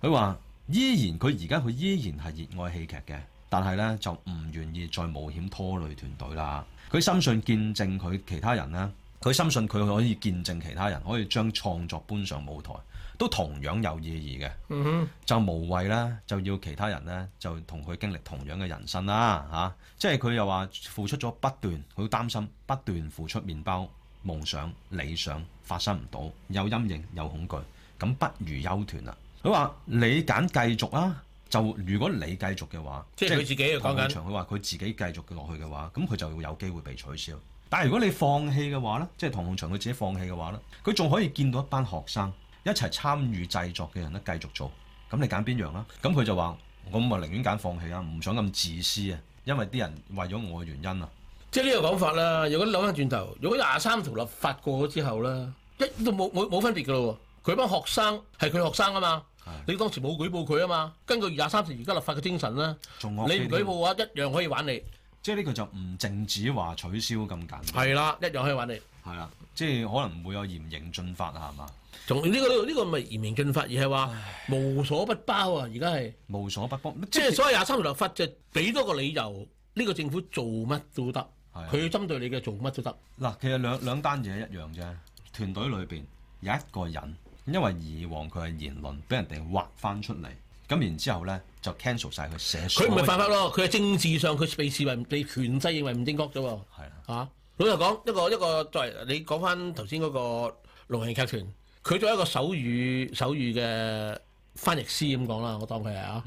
Speaker 1: 佢話依然佢而家佢依然係熱愛戲劇嘅，但係呢，就唔願意再冒險拖累團隊啦。佢深信見證佢其他人啦，佢深信佢可以見證其他人，可以將創作搬上舞台，都同樣有意義嘅。
Speaker 2: 嗯哼，
Speaker 1: 就無謂啦，就要其他人呢，就同佢經歷同樣嘅人生啦嚇、啊即係佢又話付出咗不斷，佢好擔心不斷付出麵包、夢想、理想發生唔到，有陰影有恐懼，咁不如休團啦。佢話你揀繼續啊，就如果你繼續嘅話，
Speaker 2: 即係佢自己啊
Speaker 1: 唐
Speaker 2: 講緊
Speaker 1: 浩翔佢話佢自己繼續落去嘅話，咁佢就會有機會被取消。但係如果你放棄嘅話呢，即係唐浩翔佢自己放棄嘅話呢，佢仲可以見到一班學生一齊參與製作嘅人咧繼續做。咁你揀邊樣啦？咁佢就話：我咪寧願揀放棄啊，唔想咁自私啊，因為啲人為咗我嘅原因啊。
Speaker 2: 即係呢個講法啦。如果諗翻轉頭，如果廿三條立法過咗之後啦，一都冇冇冇分別㗎咯喎。佢班學生係佢學生啊嘛，你當時冇舉報佢啊嘛。根據廿三條而家立法嘅精神啦，
Speaker 1: 仲
Speaker 2: 你
Speaker 1: 惡
Speaker 2: 唔
Speaker 1: 啲
Speaker 2: 舉
Speaker 1: 添
Speaker 2: 報嘅話，一樣可以玩你。
Speaker 1: 即係呢個就唔淨止話取消咁簡單，
Speaker 2: 係啦，一樣可以玩你。
Speaker 1: 係啦，即係可能會有嚴刑進法啊，係嘛？
Speaker 2: 仲呢、個呢、個唔係嚴刑進法，而係話無所不包啊！而家係
Speaker 1: 無所不包，即
Speaker 2: 即係
Speaker 1: 係
Speaker 2: 所謂廿三條立法就俾多個理由，呢、個政府做乜都得，
Speaker 1: 係啊
Speaker 2: 佢針對你嘅做乜都得。
Speaker 1: 嗱，其實兩兩單嘢一樣啫。團隊裏邊有一個人，因為以往佢嘅言論俾人哋挖翻出嚟，咁然之後呢，就 cancel 晒佢寫
Speaker 2: 佢唔係犯法咯，佢係政治上佢被視為被權勢認為唔正確啫喎。
Speaker 1: 係啊啦，
Speaker 2: 嚇、啊老實講，一個一個作為你講翻頭先嗰個龍人劇團，佢作為一個手語手語嘅翻譯師咁講啦，我當佢係啊。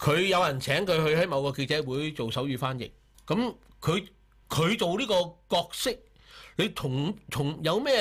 Speaker 2: 佢、有人請佢去喺某個記者會做手語翻譯，咁佢佢做呢個角色，你同同有咩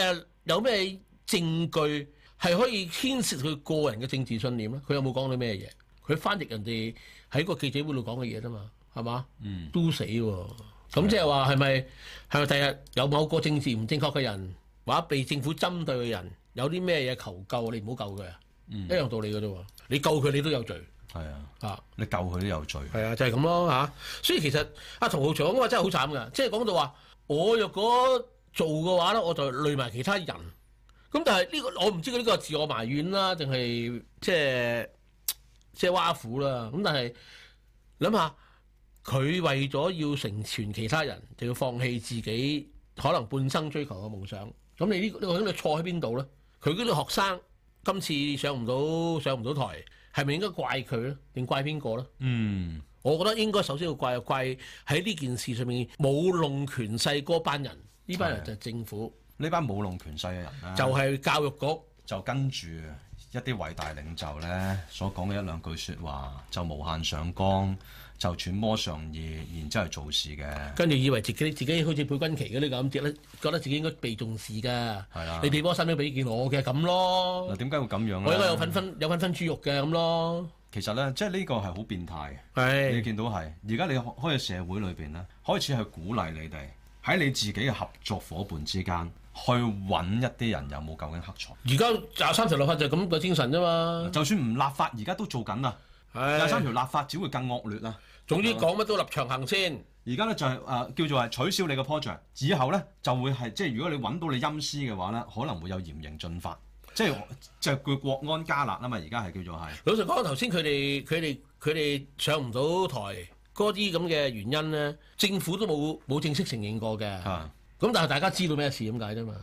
Speaker 2: 有咩證據係可以牽涉佢個人嘅政治信念咧？佢有冇講到咩嘢？佢翻譯人哋喺個記者會度講嘅嘢啫嘛，係嘛？
Speaker 1: 嗯，
Speaker 2: 都死喎。咁即係話係咪係咪第日有某個政治唔正確嘅人，或者被政府針對嘅人，有啲咩嘢求救，你唔好救佢啊？
Speaker 1: 嗯
Speaker 2: 一樣道理嘅啫喎。你救佢，你都有罪
Speaker 1: 係啊，
Speaker 2: 啊。
Speaker 1: 你救佢都有罪，
Speaker 2: 係啊，就係咁咯嚇。所以其實阿唐浩翔嗰個真係好慘㗎，即係講到話我若果做嘅話咧，我就累埋其他人。咁但係呢、個我唔知佢呢個係自我埋怨啦，定係即係即係挖苦啦。咁但係諗下，佢為咗要成全其他人，就要放棄自己可能半生追求嘅夢想。咁你呢、個呢、個錯喺邊度咧？佢嗰啲學生今次上唔到上唔到台，係咪應該怪佢咧？定怪邊個咧？
Speaker 1: 嗯，
Speaker 2: 我覺得應該首先要怪怪喺呢件事上面冇弄權勢嗰班人，呢班人就係政府，
Speaker 1: 呢班冇弄權勢嘅人咧，
Speaker 2: 就係教育局。
Speaker 1: 就跟住一啲偉大領袖呢所講嘅一兩句説話，就無限上綱，就揣摩上意，然之後做事嘅，
Speaker 2: 跟住以為自己自己好似佩君奇嗰啲咁，覺得覺得自己應該被重視㗎。
Speaker 1: 係啊嗯啦
Speaker 2: 你。俾波衫都俾件我嘅咁
Speaker 1: 嗱，
Speaker 2: 咯，
Speaker 1: 點解會咁樣
Speaker 2: 我應該有
Speaker 1: 呢？
Speaker 2: 份分有份分豬肉嘅咁咯。
Speaker 1: 其實呢，即係呢個係好變態嘅。你
Speaker 2: 係
Speaker 1: 見到係，而家你開嘅社會裏邊咧，開始去鼓勵你哋喺你自己嘅合作伙伴之間去揾一啲人有冇究竟黑財。
Speaker 2: 而家廿三條立法就係咁嘅精神啫嘛。
Speaker 1: 就算唔立法，而家都做緊啦。廿三
Speaker 2: 係，
Speaker 1: 條立法只會更惡劣啦。
Speaker 2: 總之講乜都立場行先。
Speaker 1: 而家咧就係、呃叫做係取消你個 project，以後咧就會係即係如果你揾到你陰私嘅話咧，可能會有嚴刑峻法，即係就叫國安加辣啊嘛。而家係叫做係
Speaker 2: 老實講，頭先佢哋佢哋佢哋上唔到台嗰啲咁嘅原因咧，政府都冇冇正式承認過嘅。
Speaker 1: 啊，
Speaker 2: 咁但係大家知道咩事咁解啫嘛。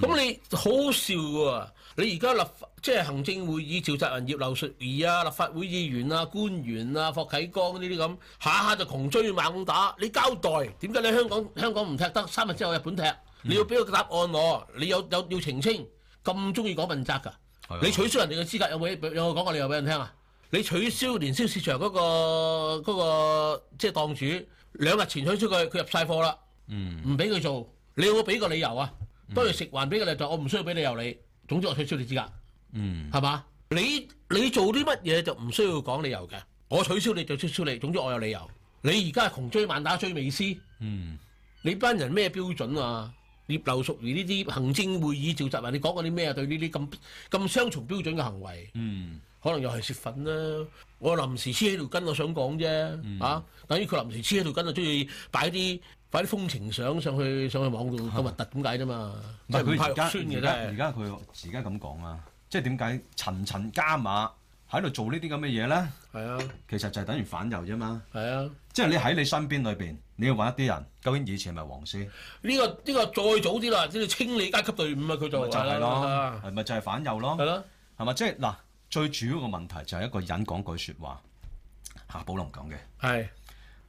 Speaker 2: 咁你好好笑喎！你而家立法即係行政會議召集人葉劉淑儀啊、立法會議員啊、官員啊、霍啟剛呢啲咁，下下就窮追猛打。你交代點解你香港香港唔踢得，三日之後日本踢？你要俾個答案我，你有有要澄清。咁中意講問責㗎？
Speaker 1: 係啊
Speaker 2: 你取消人哋嘅資格有冇有冇講過理由俾人聽啊？你取消年宵市場嗰、個嗰、個即係檔主，兩日前取消佢，佢入晒貨啦。
Speaker 1: 嗯
Speaker 2: 唔俾佢做，你有冇俾個理由啊？當然食環俾個理由，我唔需要俾理由你。總之我取消你資格，
Speaker 1: 嗯
Speaker 2: 係嘛？你你做啲乜嘢就唔需要講理由嘅。我取消你就取消你，總之我有理由。你而家係窮追猛打追美斯，
Speaker 1: 嗯，
Speaker 2: 你班人咩標準啊？葉劉淑儀呢啲行政會議召集人，你講過啲咩啊？對呢啲咁咁雙重標準嘅行為？
Speaker 1: 嗯
Speaker 2: 可能又係泄憤啦。我臨時黐喺條筋，我想講啫，
Speaker 1: 嗯
Speaker 2: 啊，等於佢臨時黐喺條筋，就中意擺啲擺啲風情相上去上去網度咁核突咁解啫嘛。
Speaker 1: 唔
Speaker 2: 即係
Speaker 1: 係
Speaker 2: 唔
Speaker 1: 佢
Speaker 2: 怕
Speaker 1: 而
Speaker 2: 肉
Speaker 1: 家
Speaker 2: 酸嘅
Speaker 1: 而家而
Speaker 2: 啫。
Speaker 1: 家佢而家咁講啊，即係點解層層加碼喺度做呢啲咁嘅嘢咧，
Speaker 2: 係啊，
Speaker 1: 其實就係等於反右啫嘛。
Speaker 2: 係啊。
Speaker 1: 即係你喺你身邊裏邊，你要揾一啲人，究竟以前係咪黃絲，
Speaker 2: 呢、個呢、個再早啲啦，即係清理階級隊伍啊，佢就
Speaker 1: 咪就係咯，
Speaker 2: 啦
Speaker 1: 係咪就係反右
Speaker 2: 係
Speaker 1: 咯？
Speaker 2: 啦，
Speaker 1: 係咪？即係嗱，最主要個問題就係一個人講句説話，夏寶龍講嘅。
Speaker 2: 係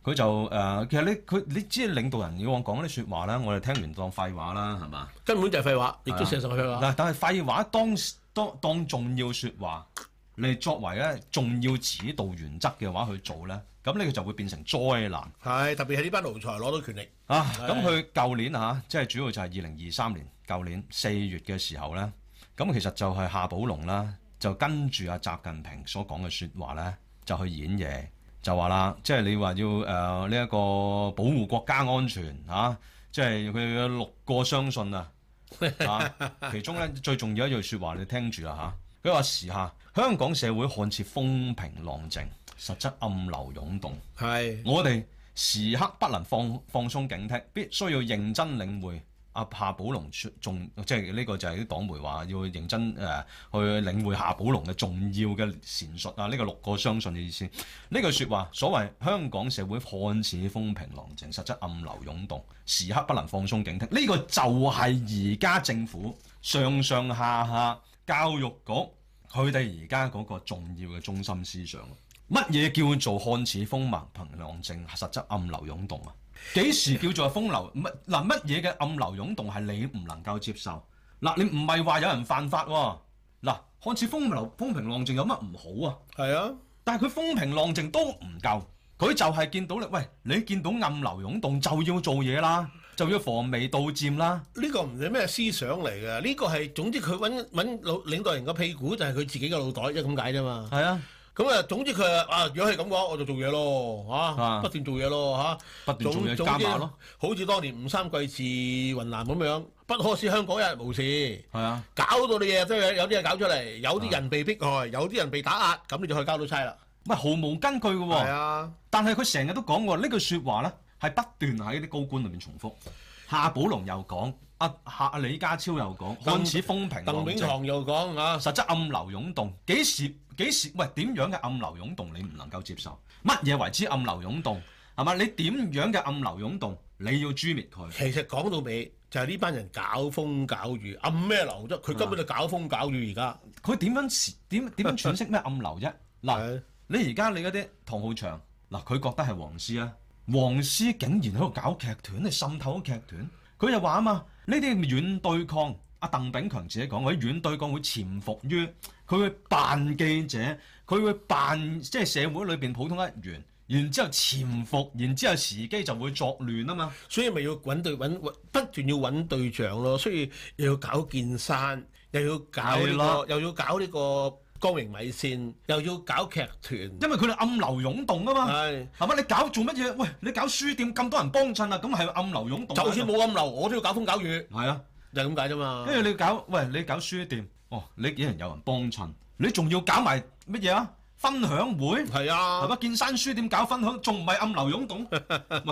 Speaker 1: 佢就誒、呃其實你佢你知領導人以往講嗰啲説話啦，我哋聽完當廢話啦，係嘛？
Speaker 2: 根本就係廢話，亦都事實上係啊廢話。
Speaker 1: 嗱，但係廢話當當當重要説話，你作為咧重要指導原則嘅話去做咧，咁呢個就會變成災難
Speaker 2: 係特別係呢班奴才攞到權力，
Speaker 1: 啊！咁佢舊年嚇，即係主要就係二零二三年舊年四月嘅時候咧，咁其實就係夏寶龍啦，就跟住阿習近平所講嘅説話咧，就去演嘢，就話啦，即係你話要誒呢一個保護國家安全嚇、啊即係佢有六個相信啊。啊，其中咧最重要一句説話，你聽住啦嚇。佢話時下香港社會看似風平浪靜，實則暗流湧動。
Speaker 2: 係
Speaker 1: 我哋時刻不能放放鬆警惕，必須要認真領會阿夏寶龍出重，即係呢個就係啲黨媒話要認真誒、呃去領會夏寶龍嘅重要嘅闡述啊！呢、個六個相信嘅意思，呢句説話所謂香港社會看似風平浪靜，實則暗流湧動，時刻不能放鬆警惕。呢、個就係而家政府上上下下教育局佢哋而家嗰個重要嘅中心思想。乜嘢叫做看似風猛平浪靜，實則暗流湧動啊？幾時叫做風流？乜嗱乜嘢嘅暗流湧動係你唔能夠接受？嗱，你唔係話有人犯法喎？嗱，看似風流風平浪靜有乜唔好啊？
Speaker 2: 係啊，
Speaker 1: 但係佢風平浪靜都唔夠，佢就係見到你，喂，你見到暗流湧動就要做嘢啦，就要防微杜漸啦。
Speaker 2: 呢個唔係咩思想嚟嘅，呢個係總之佢揾揾老領導人個屁股就係佢自己嘅腦袋，即係咁解啫嘛。
Speaker 1: 係啊，
Speaker 2: 咁啊，總之佢啊啊，如果係咁講，我就做嘢咯，嚇、
Speaker 1: 啊
Speaker 2: 不斷做嘢咯，嚇、
Speaker 1: 不斷做嘢
Speaker 2: 總
Speaker 1: 加碼咯。
Speaker 2: 總之好似當年五三季治雲南咁樣，不可思香港一日無事，
Speaker 1: 係啊，
Speaker 2: 搞到你嘢都有有啲嘢搞出嚟，有啲人被迫害，有啲人被打壓，咁你就可以交到差啦。
Speaker 1: 喂，毫無根據嘅喎。
Speaker 2: 啊，
Speaker 1: 但係佢成日都講喎，呢句説話咧係不斷喺啲高官裏面重複。夏寶龍又講，阿夏阿李家超又講，看似風平浪
Speaker 2: 鄧炳
Speaker 1: 靜，
Speaker 2: 強又講啊，
Speaker 1: 實則暗流湧動。幾時幾時？喂，點樣嘅暗流湧動你唔能夠接受？乜嘢為之暗流湧動？係嘛？你點樣嘅暗流湧動？你要诛滅佢。
Speaker 2: 其實講到尾就係呢班人搞風搞雨，暗咩流啫？佢根本就搞風搞雨而家。
Speaker 1: 佢點樣闡點點樣詮釋咩暗流啫？嗱，
Speaker 2: 係
Speaker 1: 你而家你嗰啲唐浩翔，嗱佢覺得係黃絲啊，黃絲竟然喺度搞劇團，你滲透咗劇團，佢就話啊嘛，呢啲軟對抗，阿鄧炳強自己講，佢軟對抗會潛伏於佢會扮記者，佢會扮即係社會裏邊普通一員，然之後潛伏，然之後時機就會作亂啊嘛，
Speaker 2: 所以咪要揾對揾揾不斷要揾對象咯，所以又要搞建山，又要搞呢、
Speaker 1: 係啦
Speaker 2: 個，又要搞呢個光榮米線，又要搞劇團，
Speaker 1: 因為佢哋暗流湧動啊嘛。
Speaker 2: 係
Speaker 1: 係嘛？你搞做乜嘢？喂，你搞書店咁多人幫襯啊，咁係暗流湧動啊。
Speaker 2: 就算冇暗流，我都要搞風搞雨，
Speaker 1: 係啊，
Speaker 2: 就係咁解啫嘛。
Speaker 1: 跟住你搞，喂，你搞書店，哦，你竟然有人幫襯，你仲要搞埋乜嘢啊？分享會
Speaker 2: 係
Speaker 1: 係
Speaker 2: 啊，
Speaker 1: 嘛？見山書店搞分享，仲唔係暗流湧動？喂，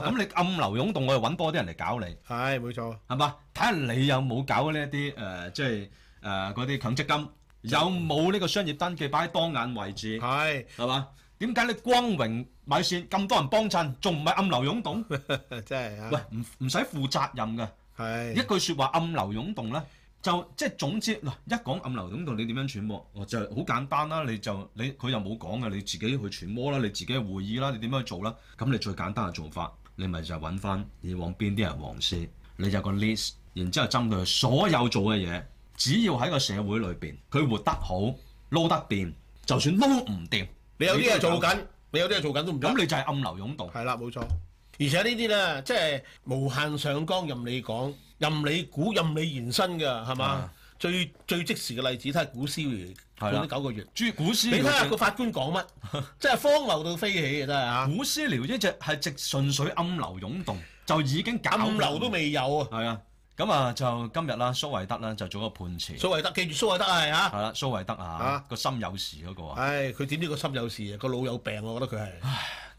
Speaker 1: 咁你暗流湧動，我就揾多啲人嚟搞你，
Speaker 2: 係冇錯，
Speaker 1: 係嘛？睇下你有冇搞呢一啲誒，即係誒嗰啲強積金，有冇呢個商業登記擺喺當眼位置，
Speaker 2: 係
Speaker 1: 係嘛？點解你光榮米線咁多人幫襯，仲唔係暗流湧動？
Speaker 2: 真係
Speaker 1: 喂
Speaker 2: 啊，，
Speaker 1: 唔唔使負責任嘅。一
Speaker 2: 係
Speaker 1: 句説話暗流湧動咧，就即係總之嗱，一講暗流湧動，你點樣揣摩？哦，就係好簡單啦，你就你佢又冇講嘅，你自己去揣摩啦，你自己去會議啦，你點樣去做啦？咁你最簡單嘅做法，你咪就係揾翻以往邊啲人黃絲，你就有個 list，然之後針對佢所有做嘅嘢，只要喺個社會裏邊佢活得好，撈得掂，就算撈唔掂，
Speaker 2: 你有啲嘢做緊，你有啲嘢做緊都唔得
Speaker 1: 咁。你就係暗流湧動。
Speaker 2: 係啦，冇錯。而且呢啲咧，即係無限上綱，任你講，任你估，任你延伸嘅，係嘛
Speaker 1: 啊？
Speaker 2: 最最即時嘅例子，睇下古思堯
Speaker 1: 係
Speaker 2: 判
Speaker 1: 啦
Speaker 2: 咗九個月，
Speaker 1: 朱古斯
Speaker 2: 你睇下個法官講乜， 真係荒謬到飛起嘅，真係啊！
Speaker 1: 古斯聊一隻係直純粹暗流湧動，就已經搞
Speaker 2: 暗流都未有啊！
Speaker 1: 係啊。咁啊，就今日啦，蘇維德啦就做個判詞，
Speaker 2: 蘇維德，記住蘇維德係啊！
Speaker 1: 係啦，蘇維德
Speaker 2: 啊
Speaker 1: 啊個心有事嗰個啊，
Speaker 2: 唉，佢點知個心有事啊？個腦有病，我覺得佢 係。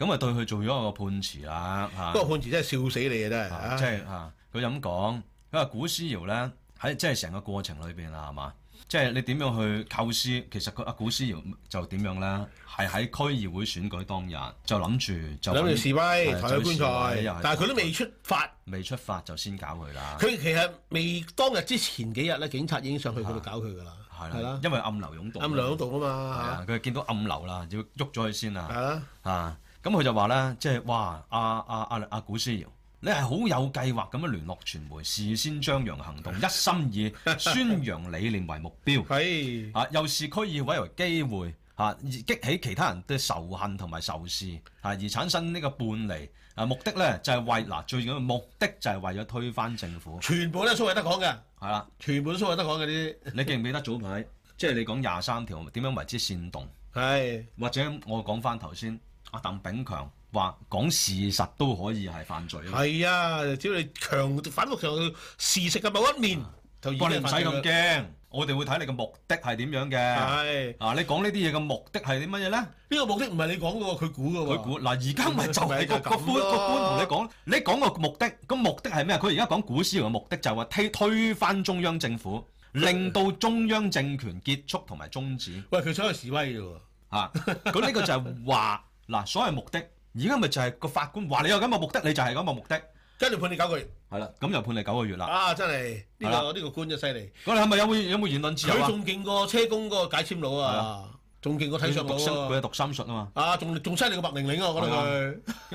Speaker 1: 咁啊對佢做咗個判詞啦
Speaker 2: 嗰
Speaker 1: 嚇
Speaker 2: 個，判詞真係笑死你啊！真係
Speaker 1: 啊
Speaker 2: 啊
Speaker 1: 即係啊佢咁講，佢話古思堯咧喺即係成個過程裏邊啊係嘛，即係你點樣去構思？其實佢阿啊古思瑤就點樣咧？係喺區議會選舉當日就諗住就
Speaker 2: 諗住示威
Speaker 1: 係
Speaker 2: 抬去
Speaker 1: 就
Speaker 2: 棺
Speaker 1: 示威又
Speaker 2: 材
Speaker 1: 係，
Speaker 2: 但係佢都未出發。
Speaker 1: 未出發就先搞佢啦。
Speaker 2: 佢其實未當日之前幾日咧，警察已經上去嗰度搞佢噶啦，
Speaker 1: 係啦，，因為暗流湧動。
Speaker 2: 暗兩
Speaker 1: 係
Speaker 2: 度啊嘛，
Speaker 1: 啊，佢見到暗流啦，要喐咗佢先啊。
Speaker 2: 係啊，
Speaker 1: 啊，咁佢就話咧，即係哇，阿阿阿阿古思瑤，你係好有計劃咁樣聯絡傳媒，事先張揚行動，一心以宣揚理念為目標，
Speaker 2: 係
Speaker 1: 啊，又視區議會為機會。啊！而激起其他人對仇恨同埋仇視，啊而產生呢個叛離，啊目的咧就係為嗱最緊要目的就係為咗推翻政府，
Speaker 2: 全部都係蘇偉德講嘅，
Speaker 1: 係啦。
Speaker 2: 全部都蘇偉德講嘅呢啲，
Speaker 1: 你記唔記得早排即係你講廿三條點樣為之煽動？
Speaker 2: 係
Speaker 1: 或者我講翻頭先，阿鄧炳強話講事實都可以係犯罪啊嘛。
Speaker 2: 係啊，只要你強反覆強調事實嘅某一面，就已
Speaker 1: 不過
Speaker 2: 經
Speaker 1: 你唔
Speaker 2: 係
Speaker 1: 使
Speaker 2: 犯罪
Speaker 1: 咁
Speaker 2: 啦，
Speaker 1: 驚，我哋會睇你嘅目的係點樣嘅。
Speaker 2: 係
Speaker 1: 啊，你講呢啲嘢嘅目的係啲乜嘢咧？
Speaker 2: 呢個目的唔係你講嘅喎，佢估嘅喎，
Speaker 1: 佢估嗱，而家咪就係個
Speaker 2: 咪就
Speaker 1: 個
Speaker 2: 係咁
Speaker 1: 官個官同
Speaker 2: 咯
Speaker 1: 你講，你講個目的，個目的係咩？佢而家講古思堯嘅目的就係話推推翻中央政府，令到中央政權結束同埋終止。
Speaker 2: 喂，佢想去示威嘅喎，
Speaker 1: 啊，咁呢個就係話嗱，所謂目的，而家咪就係個法官話你有咁嘅目的，你就係咁嘅目的，
Speaker 2: 跟住判你九個月，
Speaker 1: 係啦，咁就判你九個月啦。
Speaker 2: 啊，真係呢
Speaker 1: 係啦
Speaker 2: 個呢個官真係犀利，
Speaker 1: 咁你係咪有冇有冇言論自由
Speaker 2: 佢
Speaker 1: 啊？
Speaker 2: 仲勁過車公嗰個解簽佬
Speaker 1: 係
Speaker 2: 啊，仲勁過睇相
Speaker 1: 讀
Speaker 2: 佬
Speaker 1: 心，
Speaker 2: 啊
Speaker 1: 佢係。讀心術啊嘛。
Speaker 2: 啊，仲仲犀利過白玲玲啊！我覺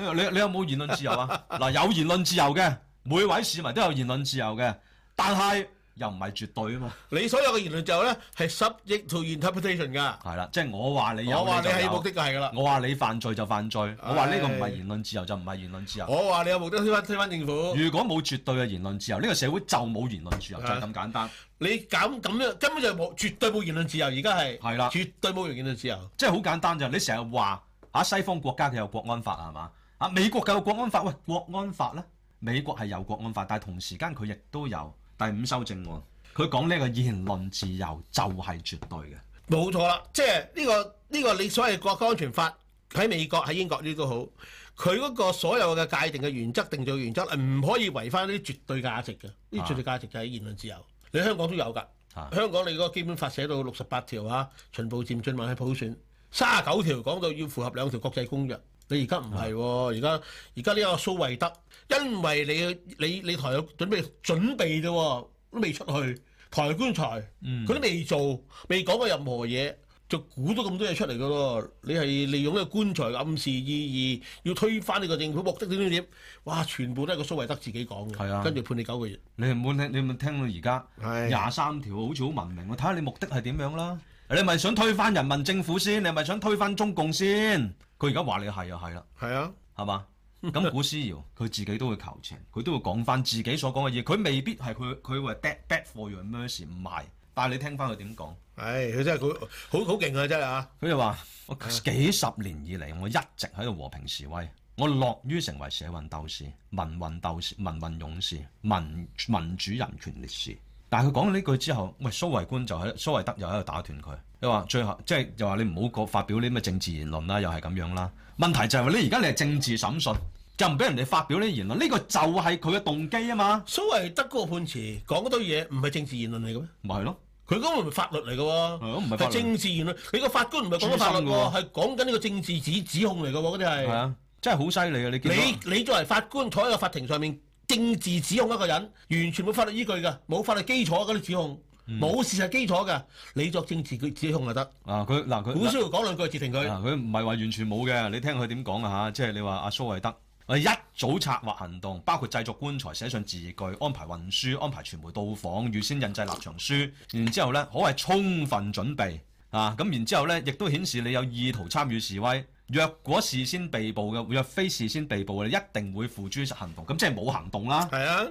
Speaker 2: 得
Speaker 1: 你你有冇言論自由啊？ 嗱，有言論自由嘅，每位市民都有言論自由嘅，但係又唔係絕對啊嘛。
Speaker 2: 佢，你所有嘅言論就咧係 subject to interpretation 㗎。
Speaker 1: 係啦，即係我話你有，
Speaker 2: 我話你係
Speaker 1: 係
Speaker 2: 有目的就係㗎啦，
Speaker 1: 我話你犯罪就犯罪，我話呢個唔係言論自由就唔係言論自由。
Speaker 2: 我話你有目的推翻推翻政府，
Speaker 1: 如果冇絕對嘅言論自由，呢、個社會就冇言論自由，就係咁簡單。
Speaker 2: 你咁咁樣根本就冇絕對冇言論自由，而家係
Speaker 1: 係啦
Speaker 2: 絕對冇言論自由。
Speaker 1: 即係好簡單咋，你成日話啊西方國家佢有國安法係嘛？啊美國嘅有國安法，喂國安法咧，美國係有國安法，但係同時間佢亦都有第五修正案，佢講呢個言論自由就係絕對嘅，
Speaker 2: 冇錯啦，即係呢個呢個你所謂國家安全法喺美國喺英國呢啲都好，佢嗰個所有嘅界定嘅原則定罪原則係唔可以違反呢啲絕對價值嘅，呢啲絕對價值就係言論自由。你香港都有㗎，
Speaker 1: 啊
Speaker 2: 香港你嗰個基本法寫到六十八條啊，循步漸進，民係普選，三十九條講到要符合兩條國際公約。你而家唔係喎，而家而家呢個蘇慧德，因為你你你台有準備準備啫喎，都未出去抬棺材。
Speaker 1: 嗯
Speaker 2: 佢都未做，未講過任何嘢，就估到咁多嘢出嚟噶咯。你係利用呢個棺材嘅暗示意義，要推翻呢個政府目的點點點，哇！全部都係個蘇維德自己講嘅，
Speaker 1: 係啊
Speaker 2: 跟住判你九個月。
Speaker 1: 你唔好聽，你有冇聽到而家
Speaker 2: 係
Speaker 1: 廿三條好似好文明，我睇下你目的係點樣啦。你咪想推翻人民政府先，你咪想推翻中共先？佢而家話你係就係啦。
Speaker 2: 係啊，
Speaker 1: 係嘛？咁古思瑤佢自己都會求情，佢都會講翻自己所講嘅嘢，佢未必係佢佢話 bad bad for your mercy 唔係，但係你聽翻佢點講，
Speaker 2: 唉，佢真係佢好好勁啊！真係啊，
Speaker 1: 佢就 話：我幾十年以嚟，我一直喺度和平示威，我樂於成為社運鬥士、民運鬥士、民運勇士、民民主人權烈士。但係佢講完呢句之後，喂蘇維官就喺蘇維德又喺度打斷佢，佢話最後即係又話你唔好講發表呢啲咩政治言論啦，又係咁樣啦。問題就係話你而家你係政治審訊，就唔俾人哋發表呢啲言論，呢、個就係佢嘅動機啊嘛，
Speaker 2: 蘇維德嗰個判詞講嗰堆嘢唔係政治言論嚟嘅咩？
Speaker 1: 咪係咯，
Speaker 2: 佢嗰個唔係法律嚟嘅
Speaker 1: 係咯唔
Speaker 2: 喎，
Speaker 1: 係法律
Speaker 2: 政治言論。你個法官唔係講緊法律
Speaker 1: 專心㗎
Speaker 2: 喎，係講緊呢個政治指指控嚟嘅喎，嗰啲係
Speaker 1: 係。啊，真係好犀利啊！你見到
Speaker 2: 你你作為法官坐喺個法庭上面，政治指控一個人，完全冇法律依據㗎，冇法律基礎嗰啲指控，
Speaker 1: 嗯
Speaker 2: 冇、事實基礎㗎，你作政治指控就得。
Speaker 1: 啊佢嗱佢
Speaker 2: 古需要講兩句截停佢，
Speaker 1: 啊佢唔係話完全冇嘅，你聽佢點講啊嚇，即係你話阿蘇維德。我一早策劃行動，包括製作棺材、寫上字據、安排運輸、安排傳媒到訪、預先印製立場書，然之後呢，可謂充分準備啊！咁然之後呢，亦都顯示你有意圖參與示威。若果事先被捕嘅，若非事先被捕嘅，你一定會付諸行動。咁即係冇行動啦。
Speaker 2: 係啊，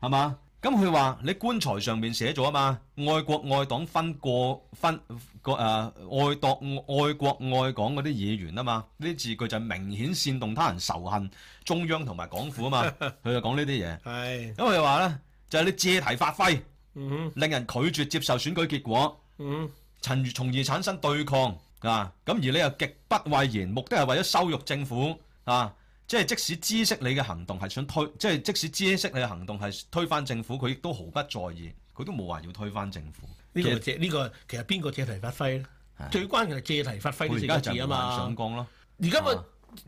Speaker 1: 係嘛？咁佢話你棺材上面寫咗啊嘛，愛國愛黨分過分個誒、呃、愛黨愛國愛港嗰啲議員啊嘛，呢啲字句就明顯煽動他人仇恨中央同埋港府啊嘛，佢就講呢啲嘢。
Speaker 2: 係，
Speaker 1: 咁佢就話咧，就係、你借題發揮，
Speaker 2: 嗯哼
Speaker 1: 令人拒絕接受選舉結果，
Speaker 2: 嗯
Speaker 1: 從從而產生對抗啊。咁而你又極不諱言，目的係為咗羞辱政府啊。即係即使知識你嘅行動係想推，即係即使知識你嘅行動係推翻政府，佢亦都毫不在意，佢都冇話要推翻政府。
Speaker 2: 哼，呢個借呢個其實邊個借題發揮咧？最關鍵係借題發揮呢
Speaker 1: 佢
Speaker 2: 四
Speaker 1: 而
Speaker 2: 個
Speaker 1: 家
Speaker 2: 字
Speaker 1: 就
Speaker 2: 啊
Speaker 1: 無限上
Speaker 2: 嘛。
Speaker 1: 綱咯。
Speaker 2: 而家咪
Speaker 1: 啊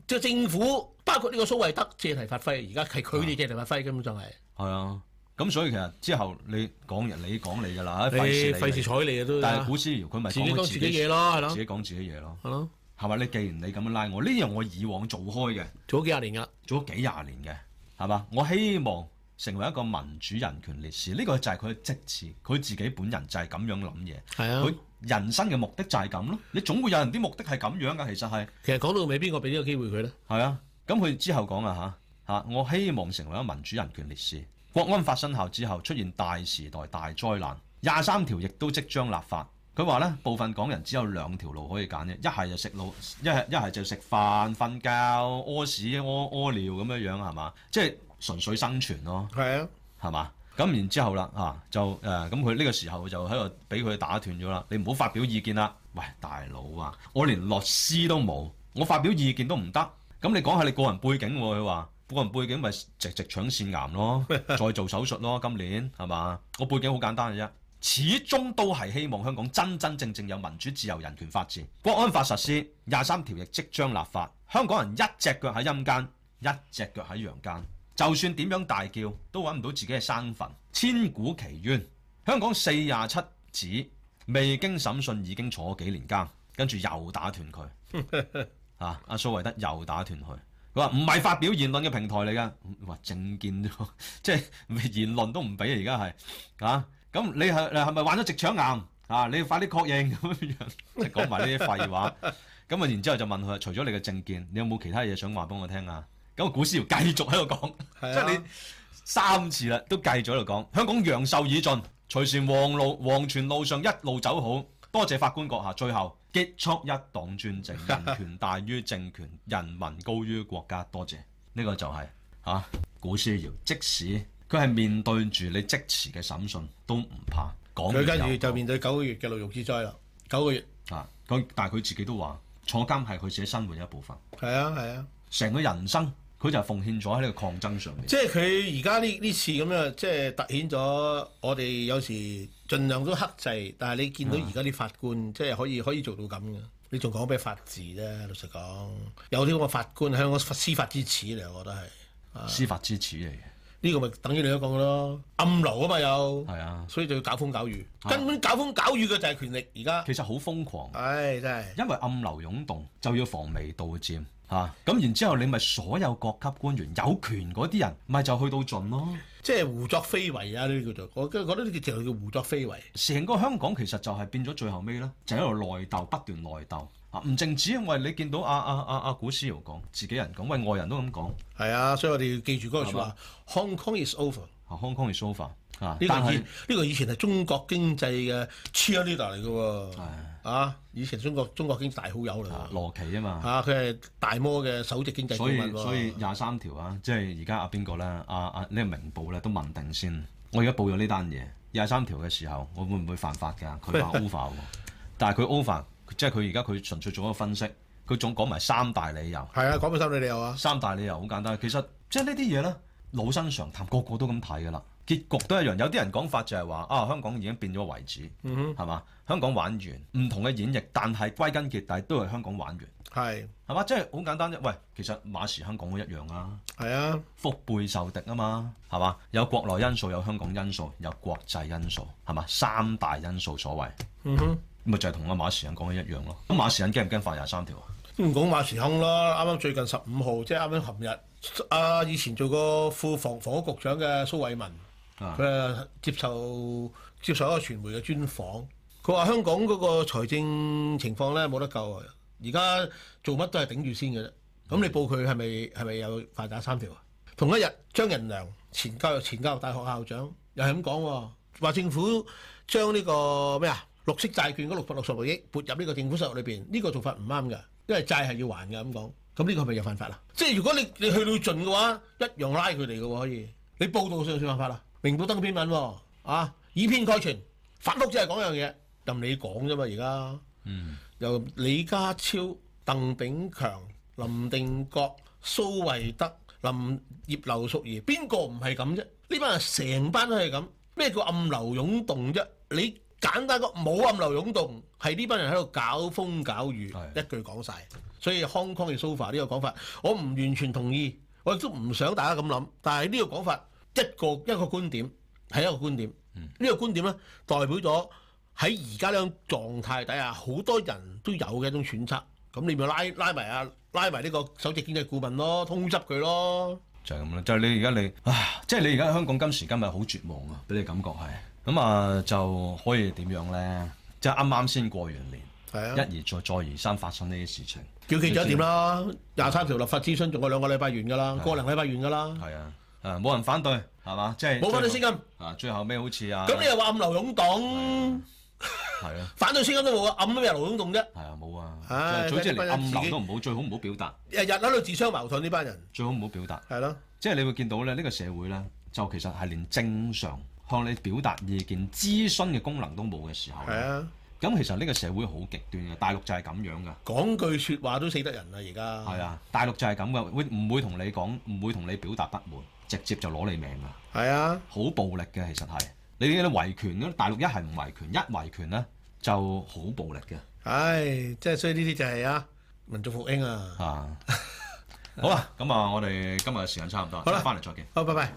Speaker 2: 即係政府，包括呢個蘇慧德借題發揮，而家係佢哋借題發揮，根本就係
Speaker 1: 係啊，咁所以其實之後你講人，你講你㗎啦，
Speaker 2: 你
Speaker 1: 費事
Speaker 2: 費事
Speaker 1: 你。
Speaker 2: 睬你啊都。
Speaker 1: 但係古思堯佢咪
Speaker 2: 自己
Speaker 1: 講佢
Speaker 2: 講
Speaker 1: 自
Speaker 2: 自
Speaker 1: 己
Speaker 2: 己嘢咯，係咯
Speaker 1: 自，己講自己嘢咯，
Speaker 2: 係咯，
Speaker 1: 係咪？你既然你咁樣拉我，呢樣我以往做開嘅，
Speaker 2: 做咗幾廿年噶，
Speaker 1: 做咗幾廿年嘅，係嘛？我希望成為一個民主人權烈士，呢、個就係佢嘅職責，佢自己本人就係咁樣諗嘢，
Speaker 2: 係啊
Speaker 1: 佢。人生嘅目的就係咁咯。你總會有人啲目的係咁樣㗎，其實係。
Speaker 2: 其實講到尾，邊個俾呢個機會佢咧？
Speaker 1: 係啊，咁佢之後講啊嚇嚇，我希望成為一個民主人權烈士。國安法生效之後，出現大時代大災難，廿三條亦都即將立法。佢話呢，部分港人只有兩條路可以揀啫，一係就食路，一係一係就食飯、瞓覺、屙屎、屙屙尿咁樣樣係嘛，即係純粹生存咯。
Speaker 2: 係啊，
Speaker 1: 係嘛？咁然之後啦，啊就誒，咁佢呢個時候就喺度俾佢打斷咗啦。你唔好發表意見啦。喂，大佬啊，我連律師都冇，我發表意見都唔得。咁你講下你個人背景喎、佢話個人背景咪直直腸腺癌咯，再做手術咯，今年係嘛？我背景好簡單嘅啫。始終都係希望香港真真正正有民主、自由、人權、法治。國安法實施，廿三條亦即將立法，香港人一隻腳喺陰間，一隻腳喺陽間。就算點樣大叫，都揾唔到自己嘅生份，千古奇冤。香港四廿七子未經審訊已經坐咗幾年監，跟住又打斷佢。啊，阿蘇維德又打斷佢。佢話唔係發表言論嘅平台嚟㗎，話政見咗，即係言論都唔俾啊！而家係啊，咁你係你係咪患咗直腸癌啊？你要快啲確認咁樣，即係講埋呢啲廢話。咁啊，然之後就問佢，除咗你嘅政見，你有冇其他嘢想話俾我聽啊？咁古思堯繼續喺度講，
Speaker 2: 係啊
Speaker 1: 即係你三次啦，都繼續喺度講。香港陽壽已盡，隨時黃路黃泉路上一路走好。多謝法官閣下，最後結束一黨專政，人權大於政權，人民高於國家。多謝，呢、個就係、啊嚇、古思堯，即使佢係面對住你即時嘅審訊，都唔怕講
Speaker 2: 佢
Speaker 1: 完
Speaker 2: 跟
Speaker 1: 又
Speaker 2: 住就
Speaker 1: 講
Speaker 2: 面對九個月嘅牢獄之災啦，九個月，
Speaker 1: 啊！佢但係佢自己都話，坐監係佢自己生活嘅一部分，
Speaker 2: 係啊係啊，
Speaker 1: 成個人生佢就係奉獻咗喺呢個抗爭上面。
Speaker 2: 即係佢而家呢呢次咁樣，即係突顯咗我哋有時盡量都克制，但係你見到而家啲法官即係可以可以做到咁嘅。你仲講咩法治啫？老實講，有啲咁嘅法官，香港司法之恥嚟，我覺得係
Speaker 1: 司法之恥嚟嘅，
Speaker 2: 呢、個咪等於你都講嘅咯，暗流啊嘛有，
Speaker 1: 係啊，
Speaker 2: 所以就要搞風搞雨，根本搞風搞雨嘅就係權力而家，
Speaker 1: 其實好瘋狂，
Speaker 2: 唉真係
Speaker 1: 因為暗流湧動就要防微杜漸嚇。啊咁、然之後你咪所有各級官員有權嗰啲人，咪就去到盡咯。
Speaker 2: 即係胡作非為啊！呢啲叫做，我覺得呢個就叫胡作非為。
Speaker 1: 成個香港其實就係變咗最後尾啦，就喺度內鬥，不斷內鬥啊！唔淨止因為你見到阿阿阿阿古思堯講，自己人講，喂外人都咁講，
Speaker 2: 係啊，所以我哋要記住嗰句説話：Hong Kong is over。
Speaker 1: 啊 Hong Kong is over 啊！
Speaker 2: 呢
Speaker 1: 但
Speaker 2: 個以
Speaker 1: 係
Speaker 2: 呢個以前係中國經濟嘅 cheerleader 嚟嘅喎，啊！以前中國中國經濟大好友嚟
Speaker 1: 啊
Speaker 2: 㗎，
Speaker 1: 羅奇啊嘛。
Speaker 2: 啊！佢係大摩嘅首席經濟
Speaker 1: 所
Speaker 2: 顧問
Speaker 1: 以
Speaker 2: 喎。
Speaker 1: 所以廿三條啊，即係而家阿邊個咧？阿阿呢個明報咧都問定先。我而家報咗呢單嘢，廿三條嘅時候，我會唔會犯法 㗎？佢話 over 喎，但係佢 over，即係佢而家佢純粹做一個分析，佢仲講埋三大理由。
Speaker 2: 係啊，講俾心理理由啊！
Speaker 1: 三大理由好簡單，其實即係呢啲嘢咧，老生常談，個個都咁睇㗎啦。結局都一樣，有啲人講法就係話啊，香港已經變咗為止，
Speaker 2: 嗯
Speaker 1: 係嘛、香港玩完，唔同嘅演繹，但係歸根結底都係香港玩完，
Speaker 2: 係
Speaker 1: 係嘛？即係好簡單啫。喂，其實馬時香港都一樣啦、
Speaker 2: 係啊，
Speaker 1: 腹背受敵啊嘛，係嘛？有國內因素，有香港因素，有國際因素，係嘛？三大因素所謂，
Speaker 2: 嗯哼。
Speaker 1: 咪就係同阿馬時人講嘅一樣咯。咁馬時人驚唔驚犯廿三條啊？
Speaker 2: 唔講馬時亨啦，啱啱最近十五號，即係啱啱琴日，啊以前做過副房房屋局長嘅蘇偉文，
Speaker 1: 啊
Speaker 2: 佢啊接受接受一個傳媒嘅專訪，佢話香港嗰個財政情況咧冇得救啊，而家做乜都係頂住先嘅啫。咁你報佢係咪係咪有犯打三條啊？同一日，張仁良前教育前教育大學校長又係咁講喎，話政府將呢個咩啊綠色債券嗰六百六十六億撥入呢個政府收入裏邊，呢個做法唔啱㗎，因為債係要還㗎咁講。咁呢個係咪有犯法啦？即係如果你你去到盡嘅話，一樣拉佢哋嘅喎可以。你報道上算犯法啦，明報登篇文喎，啊以偏概全，法律只係講樣嘢，任你講啫嘛而家。由李家超、鄧炳強、林定國、蘇惠德、林葉劉淑儀，邊個唔係咁啫？呢班人成班都係咁。咩叫暗流湧動啫？你簡單講，冇暗流湧動，係呢班人喺度搞風搞雨，
Speaker 1: 係
Speaker 2: 一句講晒。所以 Hong Kong 嘅 sofa 呢個講法，我唔完全同意，我亦都唔想大家咁諗。但係呢個講法，一個一個觀點係一個觀點，呢、個觀點咧代表咗喺而家呢種狀態底下，好多人都有嘅一種揣測。咁你咪拉拉埋啊，拉埋呢個首席經濟顧問咯，通緝佢咯。
Speaker 1: 就係咁啦，就係你而家你啊，即係你而家香港今時今日好絕望啊，俾你感覺係咁啊，就可以點樣咧？即係啱啱先過完年，
Speaker 2: 係啊。
Speaker 1: 一而再，再而三發生呢啲事情，
Speaker 2: 叫記咗點啦，廿三條立法諮詢仲有兩個禮拜完㗎啦，個零禮拜完㗎啦，
Speaker 1: 係啊，誒冇人反對係嘛？即係
Speaker 2: 冇反對聲音，
Speaker 1: 啊，最後尾好似啊，
Speaker 2: 咁你又話暗流湧動，
Speaker 1: 係啊，
Speaker 2: 反對聲音都冇啊，暗都有流湧動啫，
Speaker 1: 係啊，冇啊，
Speaker 2: 唉
Speaker 1: 總之
Speaker 2: 真係不
Speaker 1: 連
Speaker 2: 忍
Speaker 1: 暗
Speaker 2: 自己
Speaker 1: 流都唔好，最好唔好表達，
Speaker 2: 日日喺度自相矛盾呢班人，
Speaker 1: 最好唔好表達。
Speaker 2: 係咯，
Speaker 1: 即係你會見到咧，呢、個社會咧，就其實係連正常向你表達意見、諮詢嘅功能都冇嘅時候，
Speaker 2: 係
Speaker 1: 咁、
Speaker 2: 啊，
Speaker 1: 其實呢個社會好極端嘅，大陸就係咁樣噶，
Speaker 2: 講句説話都死得人啦，而家
Speaker 1: 係啊，大陸就係咁噶，會唔會同你講，唔會同你表達不滿，直接就攞你命啊，
Speaker 2: 係啊，
Speaker 1: 好暴力嘅其實係，你啲維權咧，大陸一係唔維權，一維權咧就好暴力嘅，
Speaker 2: 唉，即係所以呢啲就係啊，民族復興啊，
Speaker 1: 啊，好啦，咁啊，我哋今日嘅時間差唔多，
Speaker 2: 好啦
Speaker 1: 翻嚟再見。
Speaker 2: 好，拜拜。